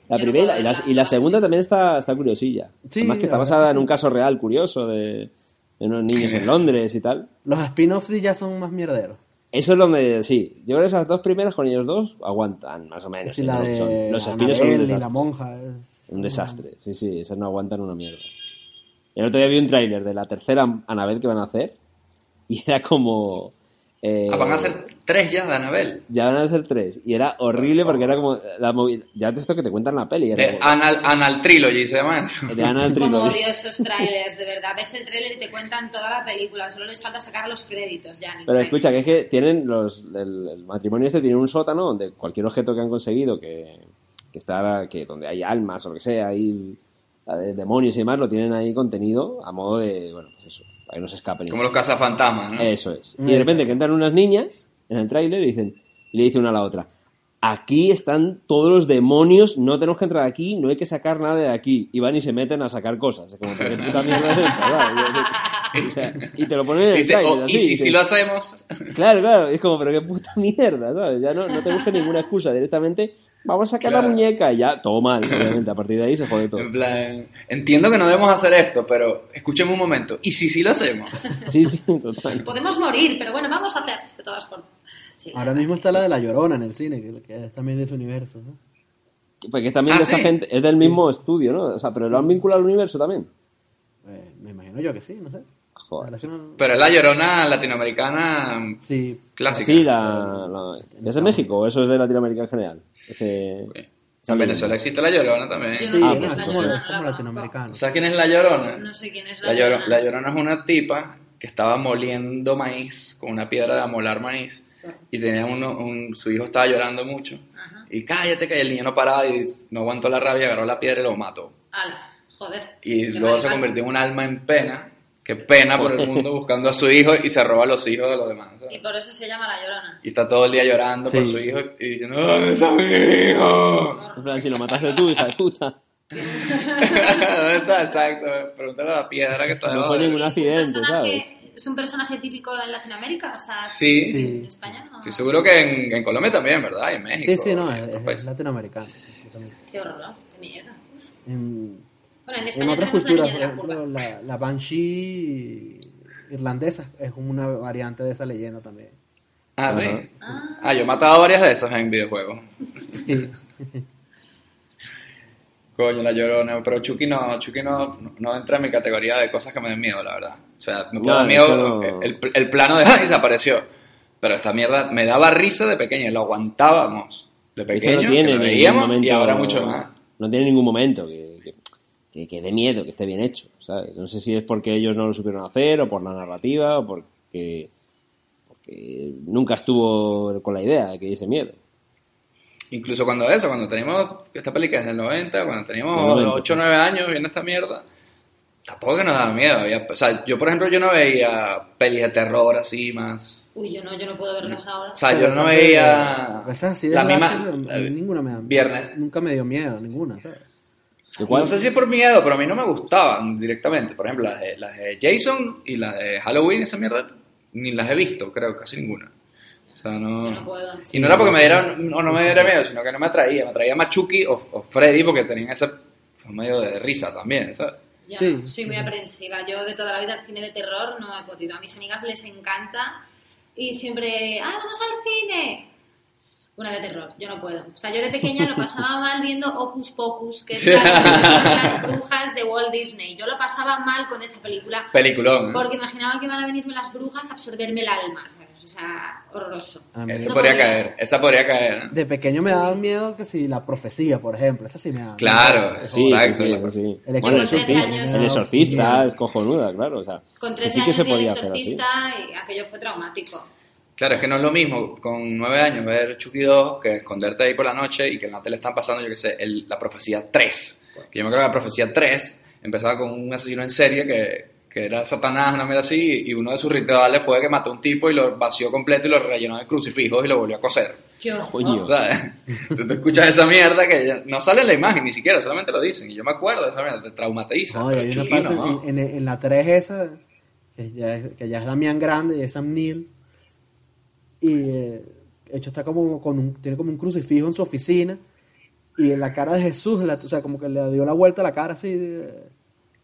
S4: La
S3: Yo no
S4: primera
S3: puedo
S4: y la,
S3: verla.
S4: y la segunda también está, está curiosilla.
S5: Sí,
S4: Además que está
S5: la verdad
S4: basada
S5: que
S4: en
S5: sí.
S4: un caso real curioso de, de unos niños en
S2: Genial.
S4: Londres y tal.
S5: Los spin-offs sí ya son más mierderos.
S4: Eso es donde, sí, yo creo que esas dos primeras con ellos dos aguantan, más o menos.
S5: Si
S4: ¿eh?
S5: la
S4: No, son-
S5: de
S4: los espinos son un
S5: Anabel y
S4: desastre.
S5: la monja. es-
S4: Un desastre, sí, sí, esas no aguantan una mierda. El otro día vi un tráiler de la tercera Anabel que van a hacer y era como... eh,
S2: Ah, van a ser tres ya de Anabel.
S4: Ya van a hacer tres. Y era horrible porque era como... La movi- ya de esto que te cuentan en la peli. Era
S2: De
S4: como-
S2: Eh, Anal, Anal Trilogy se llama eso.
S4: de Anal
S3: Como
S4: Trilogy.
S3: odio esos trailers, de verdad. Ves el trailer y te cuentan toda la película. Solo les falta sacar los créditos ya. en el
S4: Pero
S3: tráiler.
S4: escucha, que es que tienen los, el, el matrimonio este tiene un sótano donde cualquier objeto que han conseguido que, que está que donde hay almas o lo que sea, hay eh, demonios y demás, lo tienen ahí contenido a modo de, bueno, pues eso, para que no se escapen.
S2: Como los cazafantasmas, ¿no?
S4: Eso es. Y de repente que entran unas niñas en el tráiler y dicen, y le dice una a la otra, aquí están todos los demonios, no tenemos que entrar aquí, no hay que sacar nada de aquí. Y van y se meten a sacar cosas. Es como, ¿qué puta mierda es esta? Claro, yo- yo- o sea, y te lo ponen en el
S2: Dice,
S4: tráiler.
S2: oh,
S4: así,
S2: y si,
S4: dices,
S2: si lo hacemos...
S4: Claro, claro, es como, pero qué puta mierda, ¿sabes? Ya no, no te busques ninguna excusa, directamente vamos a sacar la
S2: Claro.
S4: muñeca y ya, todo mal, obviamente, a partir de ahí se jode todo.
S2: En plan, entiendo que no debemos hacer esto, pero escúcheme un momento. ¿Y si sí lo hacemos?
S4: Sí, sí, total.
S3: Podemos morir, pero bueno, vamos a hacer de todas formas. Sí.
S5: Ahora mismo está la de La Llorona en el cine, que, que es también de ese universo, ¿no?
S4: Porque también
S2: Ah,
S4: de esta
S2: sí.
S4: gente, es del mismo estudio, ¿no? O sea, pero lo han vinculado al universo también.
S5: Eh, me imagino yo que sí, no sé. La verdad
S4: Joder.
S5: es que no-
S2: Pero es la llorona latinoamericana mm,
S5: Sí,
S2: clásica.
S4: Sí, la, la- ¿Es de México o eso es de Latinoamérica en general? Ese, esa
S2: En
S4: leyenda.
S2: Venezuela existe la llorona también.
S3: Yo no
S5: sí,
S3: sé
S5: ah,
S3: qué es La
S5: es como,
S3: Llorona,
S5: es como
S3: no la
S5: latinoamericano.
S2: ¿Sabes quién es la llorona?
S3: No sé quién es
S2: La,
S3: la,
S2: Lloro-
S3: Llorona.
S2: la llorona es una tipa que estaba moliendo maíz con una piedra de amolar maíz. Y tenía uno, un- su hijo estaba llorando mucho.
S3: Ajá.
S2: Y cállate, que el niño no paraba y no aguantó la rabia, agarró la piedra y lo mató.
S3: Ala, joder.
S2: Y
S3: Qué
S2: luego se
S3: radical.
S2: convirtió en un alma en pena, que pena por el mundo buscando a su hijo y se roba a los hijos de los demás. ¿sabes?
S3: Y por eso se llama La Llorona.
S2: Y está todo el día llorando por
S5: Sí.
S2: su hijo y diciendo, ¿dónde está mi hijo?
S4: En plan, si lo mataste tú, hija de puta.
S2: ¿Dónde está? Exacto. Pregúntale a la piedra que está
S4: No
S2: debajo.
S4: fue
S2: de-
S4: ningún
S3: ¿Es
S4: accidente,
S3: personaje-
S4: ¿sabes?
S3: ¿Es un personaje típico en Latinoamérica? O sea,
S2: Sí.
S5: Sí.
S3: en España no.
S2: Estoy seguro que en, en Colombia también, ¿verdad? Y en México.
S5: Sí, sí, no,
S2: y en
S5: es,
S2: otros
S5: es
S2: países.
S5: latinoamericano.
S3: Qué horror, ¿no? qué miedo.
S5: En,
S3: Bueno, Ah, en
S5: en
S3: España tenemos
S5: otras
S3: la niña
S5: culturas, por
S3: de la curva.
S5: ejemplo, la, la Banshee irlandesa es como una variante de esa leyenda también.
S2: Ah, sí.
S4: Ajá.
S3: Ah.
S2: Ah, yo he matado varias de esas en videojuegos.
S5: Sí.
S2: Coño, la llorona. Pero Chucky no, Chucky no, no entra en mi categoría de cosas que me den miedo, la verdad. O sea, me puede
S4: No,
S2: dar
S4: eso
S2: miedo.
S4: no.
S2: El, el plano de ¡ay! desapareció. Pero esta mierda me daba risa de pequeño, lo aguantábamos. De
S4: Eso
S2: pequeño,
S4: no tiene
S2: que lo
S4: ningún
S2: veíamos
S4: momento-
S2: y ahora mucho más.
S4: no tiene ningún momento que, que, que- que dé miedo, que esté bien hecho, ¿sabes? No sé si es porque ellos no lo supieron hacer o por la narrativa o porque, porque nunca estuvo con la idea de que diese miedo.
S2: Incluso cuando eso, cuando teníamos esta película es del 90, cuando teníamos
S4: Del 90,
S2: 8 o
S4: sí.
S2: 9 años viendo esta mierda, tampoco que nos daba miedo. había- o sea, yo por ejemplo, yo no veía pelis de terror así más.
S3: Uy, yo no, yo no puedo verlas ahora.
S2: O sea,
S5: Pero
S2: yo no
S5: esas de-
S2: veía
S5: esas así de
S2: la misma...
S5: slasher,
S2: eh,
S5: ninguna me da
S2: Viernes.
S5: Nunca me dio miedo, ninguna, ¿sabes?
S4: Igual,
S2: No sé si es por miedo, pero a mí no me gustaban directamente. Por ejemplo, las de, las de Jason y las de Halloween, esa mierda, ni las he visto, creo, casi ninguna. O sea,
S3: Yo no
S2: no...
S3: puedo.
S2: Y no era porque me dieran, no, no me diera miedo, sino que no me atraía. Me atraía más Chucky o, o Freddy porque tenían ese medio de risa también, ¿sabes?
S3: Yo
S5: Sí.
S3: no, soy muy aprensiva. Yo de toda la vida al cine de terror no he podido. A mis amigas les encanta y siempre, ¡ah, vamos al cine! Una de terror, yo no puedo. O sea, yo de pequeña lo pasaba mal viendo Hocus Pocus, que es la película de las brujas de Walt Disney. Yo lo pasaba mal con esa película
S2: Peliculón. ¿eh?
S3: porque imaginaba que iban a venirme las brujas a absorberme el alma. ¿sabes? O sea, horroroso.
S5: A mí-
S2: Esa
S3: No
S2: podría
S3: podía.
S2: caer, esa podría caer. ¿eh? ¿no?
S5: De pequeño me daba miedo que si la profecía, por ejemplo. Esa sí me daba
S2: Claro,
S5: miedo.
S4: sí,
S2: exacto.
S4: sí, sí,
S2: la-
S4: sí, sí.
S5: El
S4: Bueno, el
S3: exorcista.
S4: exorcista, el exorcista es cojonuda, claro. O sea,
S3: Con
S4: que
S3: 13
S4: sí que
S3: años
S4: se
S3: vi el
S4: podía hacer así.
S3: exorcista y aquello fue traumático.
S2: Claro, es que no es lo mismo con nueve años ver Chucky 2 que esconderte ahí por la noche y que en la tele están pasando, yo qué sé, el- la profecía 3. Que yo me acuerdo que la profecía 3 empezaba con un asesino en serie que, que era Satanás, una mierda así, y uno de sus rituales fue que mató a un tipo y lo vació completo y lo rellenó de crucifijos y lo volvió a coser.
S3: Qué horror.
S4: Coño.
S2: ¿Sabes? Tú te escuchas esa mierda que ya- no sale en la imagen ni siquiera, solamente lo dicen. Y yo me acuerdo de esa mierda, te traumatiza.
S5: No, y
S2: pero
S5: hay
S2: sí,
S5: una parte
S2: no.
S5: en, en- en la 3 esa, que ya es, que ya es Damián Grande y es Sam Neill. Y eh, de hecho está como con un, tiene como un crucifijo en su oficina. Y en la cara de Jesús, la- o sea, como que le dio la vuelta a la cara así, de-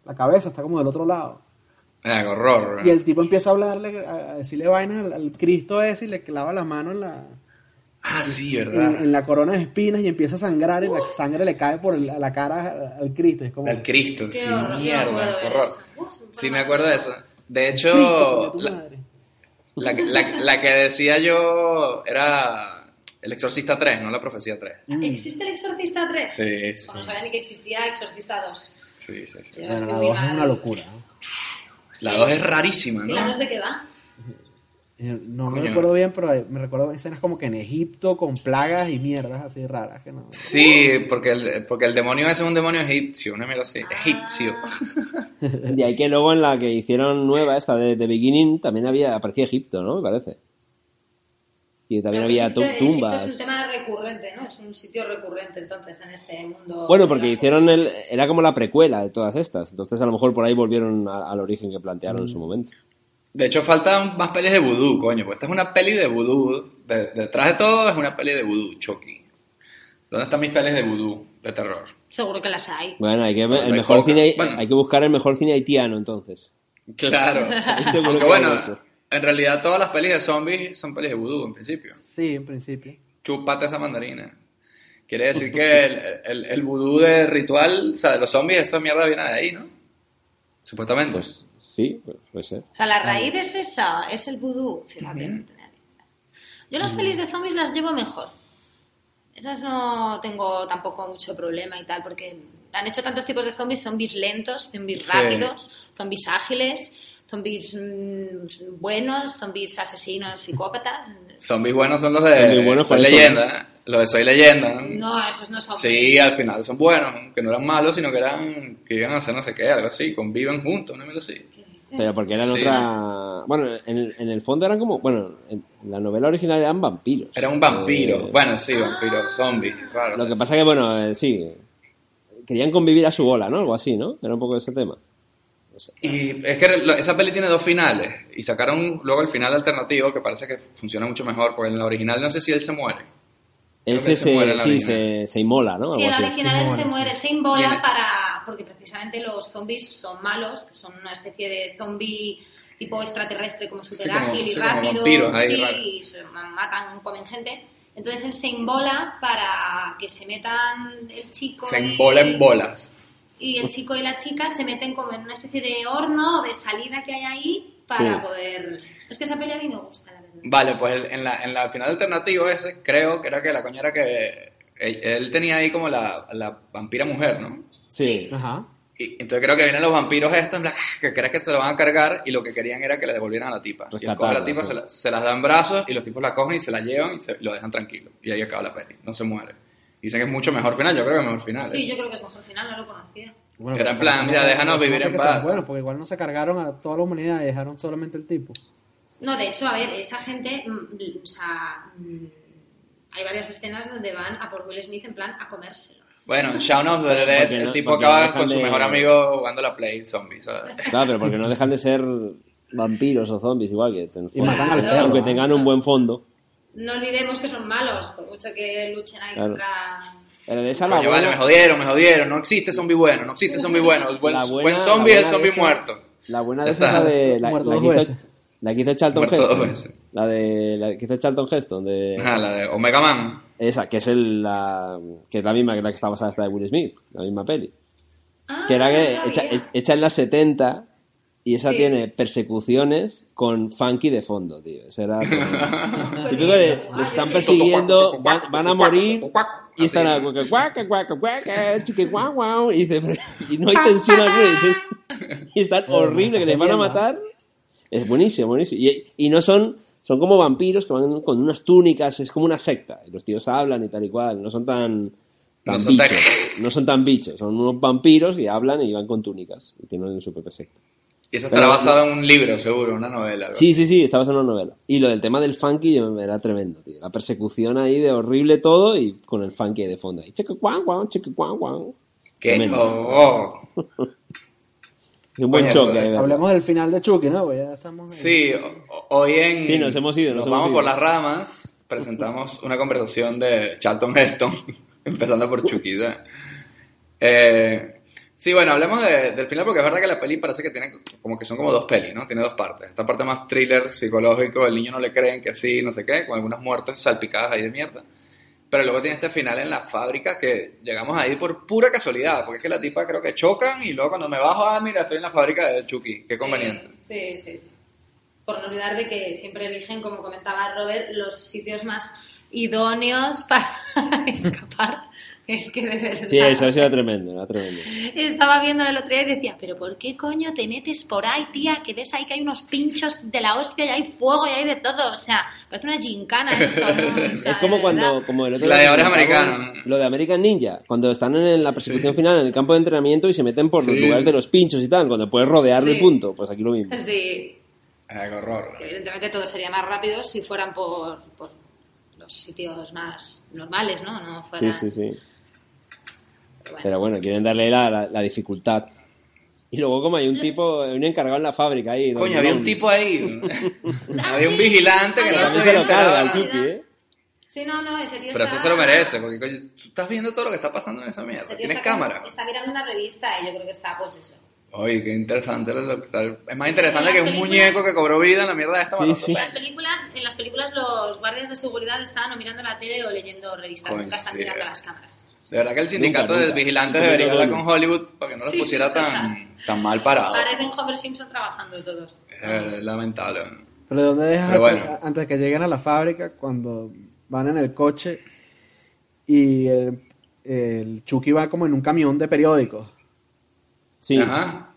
S5: la cabeza está como del otro lado.
S2: Ah, qué horror.
S5: Y el tipo empieza a hablarle, a a decirle vainas al, al Cristo ese y le clava la mano en la,
S2: Ah, sí,
S5: en,
S2: ¿verdad?
S5: en la corona de espinas y empieza a sangrar y la sangre le cae por el- a la cara al Cristo. y Es como,
S2: Al Cristo,
S3: Qué
S2: sí,
S3: horror, yo no
S2: mierda,
S3: puedo ver
S2: horror.
S3: eso. Uf, se me pone
S2: Sí, me
S3: mal.
S2: acuerdo de eso. De
S5: "Cristo,
S2: hecho,
S5: coño, tu
S2: la,
S5: madre".
S2: la que- la- la que decía yo era El Exorcista 3, no la Profecía 3.
S3: ¿Existe el Exorcista 3?
S2: Sí, sí,
S3: O No sabía ni que existía Exorcista 2.
S2: sí. sí, sí.
S3: Yo
S5: Bueno,
S3: estoy
S5: la
S3: muy
S5: 2 es
S3: mal.
S5: una locura. ¿no?
S2: La 2 es rarísima,
S3: ¿Y la 2
S2: ¿no?
S3: de qué va?
S5: Eh, No me
S2: Coño.
S5: recuerdo bien, pero eh, me recuerdo escenas como que en Egipto con plagas y mierdas así raras que no.
S2: Sí, porque el, porque el demonio ese es un demonio egipcio, una mierda así. Egipcio.
S3: Ah.
S4: De ahí que luego en la que hicieron nueva, esta de, de Beginning, también había, aparecía Egipto, ¿no? Me parece. Y también
S3: Pero que
S4: había tu-
S3: pues Egipto- Egipto Es un
S4: tumbas.
S3: tema recurrente, ¿no? Es un sitio recurrente entonces en este mundo.
S4: Bueno,
S3: de
S4: porque
S3: las
S4: hicieron
S3: cosas.
S4: el. Era como la precuela de todas estas. Entonces, a lo mejor por ahí volvieron a- al origen que plantearon
S2: Mm.
S4: en su momento.
S2: De hecho, faltan más pelis de vudú, coño. Pues esta es una peli de vudú. De- detrás de todo es una peli de vudú, Chucky. ¿Dónde están mis pelis de vudú de terror?
S3: Seguro que las hay.
S4: Bueno, hay que, ver- el
S2: hay
S4: mejor
S2: pocas.
S4: cine,
S2: Bueno.
S4: hay que buscar el mejor cine haitiano entonces.
S2: Claro.
S4: seguro
S2: Aunque
S4: que
S2: bueno,
S4: hay eso.
S2: en realidad todas las pelis de zombies son pelis de vudú, en principio.
S5: Sí, en principio.
S2: Chupate esa mandarina. Quiere decir que el, el, el vudú de ritual, o sea, de los zombies, esa mierda viene de ahí, ¿no? Supuestamente.
S4: Pues sí, pues, puede ser.
S3: O sea, la raíz es esa, es el vudú. Fíjate, no tenía ni idea. Yo las pelis de zombies las llevo mejor. Esas no tengo tampoco mucho problema y tal, porque han hecho tantos tipos de zombies, zombies lentos, zombies
S2: Sí.
S3: rápidos, zombies ágiles, zombies mm, buenos, zombies asesinos, psicópatas.
S2: zombies buenos son los de
S4: Zombies buenos,
S2: Soy
S4: ¿cuáles son?
S2: Leyenda, ¿eh? los de Soy Leyenda.
S3: No, esos no son.
S2: Sí, al final son buenos, que no eran malos, sino que eran que iban a hacer no sé qué, algo así, conviven juntos, una mierda así.
S3: Eh.
S4: Pero porque eran
S2: Sí.
S4: otra. Bueno, en, el- en el fondo eran como. Bueno, en la novela original eran vampiros.
S2: Era un vampiro,
S4: Eh,
S2: bueno, sí, vampiro, zombie, raro.
S4: Lo que pasa que, bueno, eh, sí. Querían convivir a su bola, ¿no? Algo así, ¿no? Era un poco ese tema.
S2: Y es que lo- esa peli tiene dos finales, y sacaron luego el final alternativo, que parece que funciona mucho mejor, porque en la original no sé si él se muere. Creo que
S4: Ese
S2: se muere en
S4: se,
S2: la
S4: sí,
S2: original.
S4: se, se inmola, ¿no?
S3: Sí,
S4: Algo
S3: en la
S4: así.
S3: original él se muere, se invola
S2: Viene.
S3: para. Porque precisamente los zombies son malos, que son una especie de zombie tipo extraterrestre, como súper
S2: como-
S3: ágil y
S2: sí, como
S3: rápido.
S2: vampiros ahí,
S3: sí,
S2: raro.
S3: y se ma- matan, comen gente. Entonces él se invola para que se metan el chico.
S2: Se
S3: y-
S2: embola en bolas.
S3: Y el chico y la chica se meten como en una especie de horno o de salida que hay ahí para
S4: Sí.
S3: poder. Es que esa pelea a mí me gusta, la verdad.
S2: Vale, pues el- en la, en la final alternativa ese, creo que era que la coña era que él, él tenía ahí como la, la vampira mujer, ¿no?
S4: Sí.
S5: Ajá.
S2: Y entonces creo que vienen los vampiros estos, en plan, "Ah, que crees que se lo van a cargar y lo que querían era que le devolvieran a la tipa. Y él coge a la
S4: Rescatarla,
S2: tipa,
S4: sí.
S2: se, la- se las dan brazos y los tipos la cogen y se la llevan y se- lo dejan tranquilo. Y ahí acaba la peli, no se muere. Dicen que es mucho mejor final, yo creo que es mejor final.
S3: Sí,
S2: ¿eh?
S3: yo creo que es mejor final, no lo conocía.
S5: Bueno,
S2: Era en
S5: pero
S2: plan,
S5: tampoco-
S2: mira, déjanos
S5: tampoco
S2: vivir
S5: sé
S2: en
S5: que sean
S2: paz.
S5: buenos, porque igual no se cargaron a toda la humanidad y dejaron solamente el tipo.
S3: No, de hecho, a ver, esa gente, mm, o sea, mm, hay varias escenas donde van a por Will Smith en plan a comérselo.
S2: Bueno, Shaun of the Dead,
S4: Porque no-
S2: el tipo
S4: porque
S2: acaba
S4: dejan
S2: con su
S4: de-
S2: mejor amigo jugando la Play Zombie, ¿sabes?
S4: Claro, pero porque no dejan de ser vampiros o zombies igual que ten-
S5: Y matan al perro.
S4: aunque tengan un buen fondo.
S3: No olvidemos que son malos, por mucho que luchen ahí
S4: Claro.
S3: contra...
S4: Pero de esa la
S2: Coño, vale, me
S4: buena,
S2: jodieron, me jodieron. No existe zombie bueno, no existe zombie bueno. El buen,
S4: la buena-
S2: buen zombie
S4: la
S2: es el zombie
S4: buena de esa-
S2: muerto.
S4: La buena de
S2: Ya
S4: esa es la
S2: está.
S4: de la,
S5: Muerto
S4: la
S5: dos
S4: que hizo,
S5: veces.
S4: la que hizo Charlton
S2: Muerto dos
S4: Heston.
S2: veces.
S4: La de la que hizo Charlton Heston de
S2: Ajá, Ah, la de Omega Man.
S4: esa que es el, la que es la misma que la que está basada esta de Will Smith, la misma peli.
S3: Ah,
S4: que era
S3: no
S4: que
S3: sabía.
S4: hecha, hecha en las 70 y esa
S3: Sí.
S4: tiene persecuciones con funky de fondo, tío. Esa era como- típico de
S3: Buenísimo.
S4: los están
S3: Ay,
S4: persiguiendo, van, van a morir y
S2: Así.
S4: están a guaca, guaca, guaca, guaca, eh, chiqui, guau, guau, y, dice, pero- y no hay tensión alguna. y dices- Y
S2: Oh,
S4: están
S5: Joder,
S4: horrible que les
S5: qué
S4: van a
S5: mierda.
S4: matar. Es buenísimo, buenísimo. Y, y no son, son como vampiros que van con unas túnicas, es como una secta. Y los tíos hablan y tal y cual, no son tan, tan
S2: No son tan-
S4: bichos. No son tan bichos, son unos vampiros que hablan y van con túnicas. Y tienen su propia secta.
S2: Y eso
S4: Pero-
S2: estará basado en un libro, seguro, una novela. algo
S4: Sí, sí, sí, estabas en una novela. Y lo del tema del funky yo- era tremendo, tío. La persecución ahí de horrible todo y con el funky de fondo. Ahí, cheque, guau, guau, cheque, guau, guau.
S2: así. Que,
S4: Tremendo.
S2: oh, oh.
S4: Es un buen
S2: Oye,
S4: choque.
S2: pues,
S4: de verdad.
S5: Hablemos del final de Chucky, ¿no? Pues ya estamos ahí.
S2: Sí, o- hoy en...
S4: Sí, nos hemos ido, nos hemos
S2: vamos
S4: ido.
S2: por las ramas, presentamos una conversación de Charlton Heston, empezando por Chucky. ¿sabes? Eh, sí, bueno, hablemos de- del final porque es verdad que la peli parece que tiene como que son como dos pelis, ¿no? Tiene dos partes. Esta parte más thriller psicológico, el niño no le creen que sí, no sé qué, con algunas muertes salpicadas ahí de mierda. Pero luego tiene este final en la fábrica que llegamos ahí por pura casualidad, porque es que la tipa creo que chocan y luego cuando me bajo, ah, mira, estoy en la fábrica de Chucky, qué
S3: Sí,
S2: conveniente.
S3: Sí, sí, sí. Por no olvidar de que siempre eligen, como comentaba Robert, los sitios más idóneos para escapar. Es que de verdad.
S4: Sí, eso ha sido tremendo, era tremendo.
S3: Estaba viendo el otro día y decía, pero ¿por qué coño te metes por ahí, tía? Que ves ahí que hay unos pinchos de la hostia y hay fuego y hay de todo. O sea, parece una gincana esto. ¿no? O sea,
S4: Es como
S3: de
S4: cuando,
S3: verdad.
S4: como el otro
S2: Gladiadores
S4: que comentamos,
S2: americanos, ¿no?
S4: Lo de American Ninja, cuando están en la persecución final en el campo de entrenamiento y se meten por los
S2: Sí.
S4: lugares de los pinchos y tal, cuando puedes rodearle
S3: Sí.
S4: punto, pues aquí lo mismo.
S3: Sí,
S2: Ah, qué horror.
S3: evidentemente todo sería más rápido si fueran por, por los sitios más normales, ¿no? No
S4: Sí,
S3: fueran.
S4: sí, sí.
S3: pero bueno.
S4: Pero bueno, quieren darle la, la- la dificultad. Y luego como hay un tipo, un encargado en la fábrica ahí. don
S2: Coño, había
S4: Ramón,
S2: un tipo ahí.
S3: Ah,
S2: había un
S3: sí.
S2: vigilante que
S3: Había
S2: no
S4: También
S2: se
S4: se lo
S2: había enterado
S4: carga el
S2: nada.
S4: Chucky, ¿eh?
S3: Sí, no, no, ese tío
S2: Pero
S3: está-
S2: eso se lo merece, porque coño, tú estás viendo todo lo que está pasando en esa mierda.
S3: ese tío
S2: Tienes
S3: está como-
S2: cámara.
S3: Está mirando una revista y yo creo que está, pues eso.
S2: Oye, qué interesante. lo que está- Es más
S3: Sí,
S2: interesante
S3: en
S2: que
S3: las
S2: un
S3: películas-
S2: muñeco que cobró vida en la mierda de esta.
S4: Sí,
S2: matando
S4: sí.
S3: En las
S2: gente.
S3: películas, en las películas los guardias de seguridad estaban o mirando la tele o leyendo revistas,
S2: Coño,
S3: nunca están
S2: sí,
S3: mirando
S2: eh.
S3: las cámaras.
S2: De verdad que el sindicato
S4: Nunca,
S2: de
S4: nunca.
S2: vigilantes
S4: Un
S2: debería
S4: poquito
S2: hablar
S4: de
S2: con
S4: luz.
S2: Hollywood para que no los
S3: Sí, sí,
S2: pusiera tan, tan mal parados.
S3: Parecen Homer Simpson trabajando todos.
S2: Es
S4: Eh.
S2: verdad, es lamentable.
S5: Pero ¿dónde dejas
S2: Pero
S5: antes-
S2: bueno.
S5: antes que lleguen a la fábrica cuando van en el coche y el, el Chucky va como en un camión de periódicos?
S4: Sí.
S2: Ajá.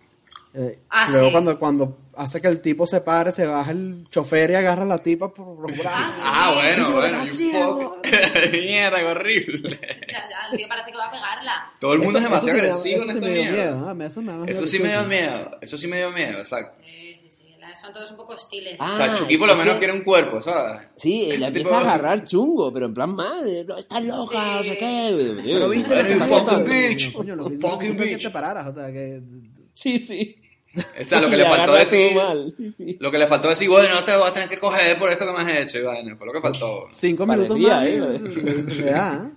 S5: Eh,
S3: Ah,
S5: luego
S3: sí.
S5: cuando, cuando hace que el tipo se pare, se baja el chofer y agarra a la tipa por los brazos.
S2: Ah, bueno, bueno.
S5: ¿Qué
S2: you fuck. Mierda, qué horrible.
S3: Ya, ya, el tío parece que va a pegarla.
S2: Todo el mundo
S5: Eso-
S2: es demasiado
S5: eso sí me-
S2: agresivo en
S5: eso sí
S2: esta
S5: me dio
S2: mierda.
S5: miedo, ¿no? Eso me da más
S2: Eso
S5: miedo
S2: sí
S5: que
S2: me dio
S5: Chucky.
S2: miedo, eso sí me dio miedo, exacto.
S3: Sí, sí, sí, la- son todos un poco hostiles.
S4: Ah,
S2: o sea, Chucky por lo
S4: es
S2: menos
S4: que-
S2: quiere un cuerpo, ¿sabes?
S4: Sí, la
S2: Tipo-
S4: empieza a agarrar chungo, pero en plan mal, eh, no, estás loca, o sea, ¿qué?
S5: Pero
S4: Tío,
S5: viste lo que
S2: Fucking
S5: pasó, cabrón.
S2: bitch.
S5: Coño, lo que hizo
S2: Fucking
S5: fue que
S2: bitch.
S5: te pararas, o sea, que...
S4: Sí, sí.
S2: O sea, Este, lo que le
S4: agarra
S2: faltó
S4: todo
S2: decir,
S4: mal, sí, sí.
S2: lo que le faltó decir, bueno, te vas a tener que coger por esto que me has hecho, y bueno, fue lo que faltó.
S5: Cinco
S4: Parecía,
S5: minutos más.
S4: ¿eh?
S5: y se- se- se le da, ¿eh?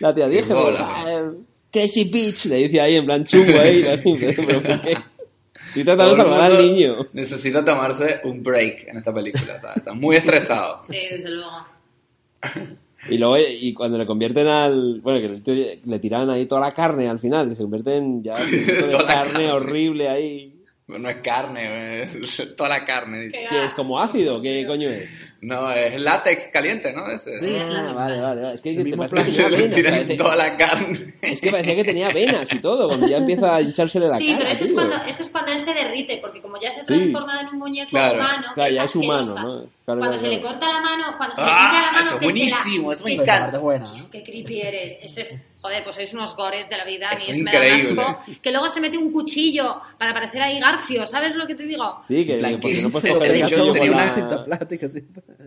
S4: La tía dije, eh,
S2: bola.
S4: Crazy bitch, le dice ahí en plan chungo ahí, la gente, pero ¿por qué? Estoy tratando
S2: Todo
S4: de
S2: el
S4: salvar
S2: mundo
S4: al niño.
S2: Necesita tomarse un break en esta película, está, está muy estresado.
S3: Sí, desde luego.
S4: Y luego, eh, y cuando le convierten al. Bueno, que el tío le tiran ahí toda la carne al final, que se convierte en ya un tipo de
S2: Toda la
S4: carne
S2: carne.
S4: horrible ahí.
S2: No es carne, es toda la carne. dice.
S4: ¿Qué es como ácido? ¿Qué coño es?
S2: No, es látex caliente, ¿no? Ese.
S3: Sí, es la
S4: Ah,
S3: misma.
S4: vale, vale, vale. Es que,
S5: El
S4: te
S5: mismo
S4: parecía que tenía
S2: Le
S4: venas,
S2: tiran
S4: parece-
S2: toda la carne.
S4: Es que parecía que tenía venas y todo, cuando ya empieza a hinchársele la
S3: Sí,
S4: cara.
S3: pero eso es,
S4: tío.
S3: cuando, eso es cuando él se derrite, porque como ya se ha
S4: Sí.
S3: transformado en un muñeco
S2: Claro,
S3: humano, que
S4: claro, ya es
S3: asquerosa.
S4: humano, ¿no? Claro,
S3: cuando
S4: claro,
S3: se le
S4: claro.
S3: corta la mano, cuando se le
S2: Ah,
S3: quita la mano,
S2: eso es
S3: que se la-
S2: buenísimo, eso me
S3: que se
S5: Pero
S2: encanta.
S3: la-
S5: la parte es buena, ¿eh?
S3: Qué creepy eres. Eso es, joder, pues sois unos gores de la vida. A mí
S2: Es
S3: eso me da un
S2: increíble.
S3: asco. Que luego se mete un cuchillo para parecer ahí Garfio, ¿sabes lo que te digo?
S4: Sí, que
S2: Blanquín
S4: porque
S2: se
S4: no puedes coger el
S2: tenía-
S4: cachorro
S2: tenía
S4: con
S2: una
S4: la-
S5: cinta plástica, sí.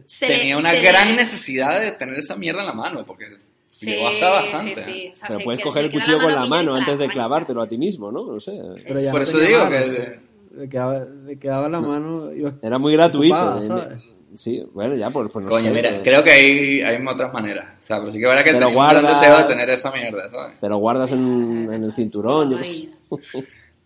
S3: Se-
S2: Tenía una
S3: se-
S2: gran necesidad de tener esa mierda en la mano, porque
S3: Sí,
S2: llegó hasta bastante.
S3: sí, sí. O sea,
S4: Pero
S3: se-
S4: puedes
S3: que
S4: coger
S3: se
S4: el
S3: queda
S4: cuchillo con la
S3: pillada
S4: mano
S3: en
S4: antes de
S3: mano.
S4: clavártelo a ti mismo, ¿no? No sé.
S5: Pero ya
S2: Por
S5: no
S2: eso
S5: tenía
S2: digo
S5: mano.
S2: que-
S5: Le quedaba, le quedaba la mano. iba-
S4: Era muy gratuito.
S5: ocupada,
S4: eh,
S5: ¿sabes?
S4: Sí, bueno, ya, pues, pues no
S2: Coño,
S4: sé.
S2: mira,
S4: eh,
S2: creo que hay, hay otras maneras. O sea, pero sí que ahora que
S4: Pero
S2: tenía un gran
S4: guardas-
S2: deseo de tener esa mierda, ¿sabes?
S4: Te lo guardas en, en el cinturón, yo qué sé.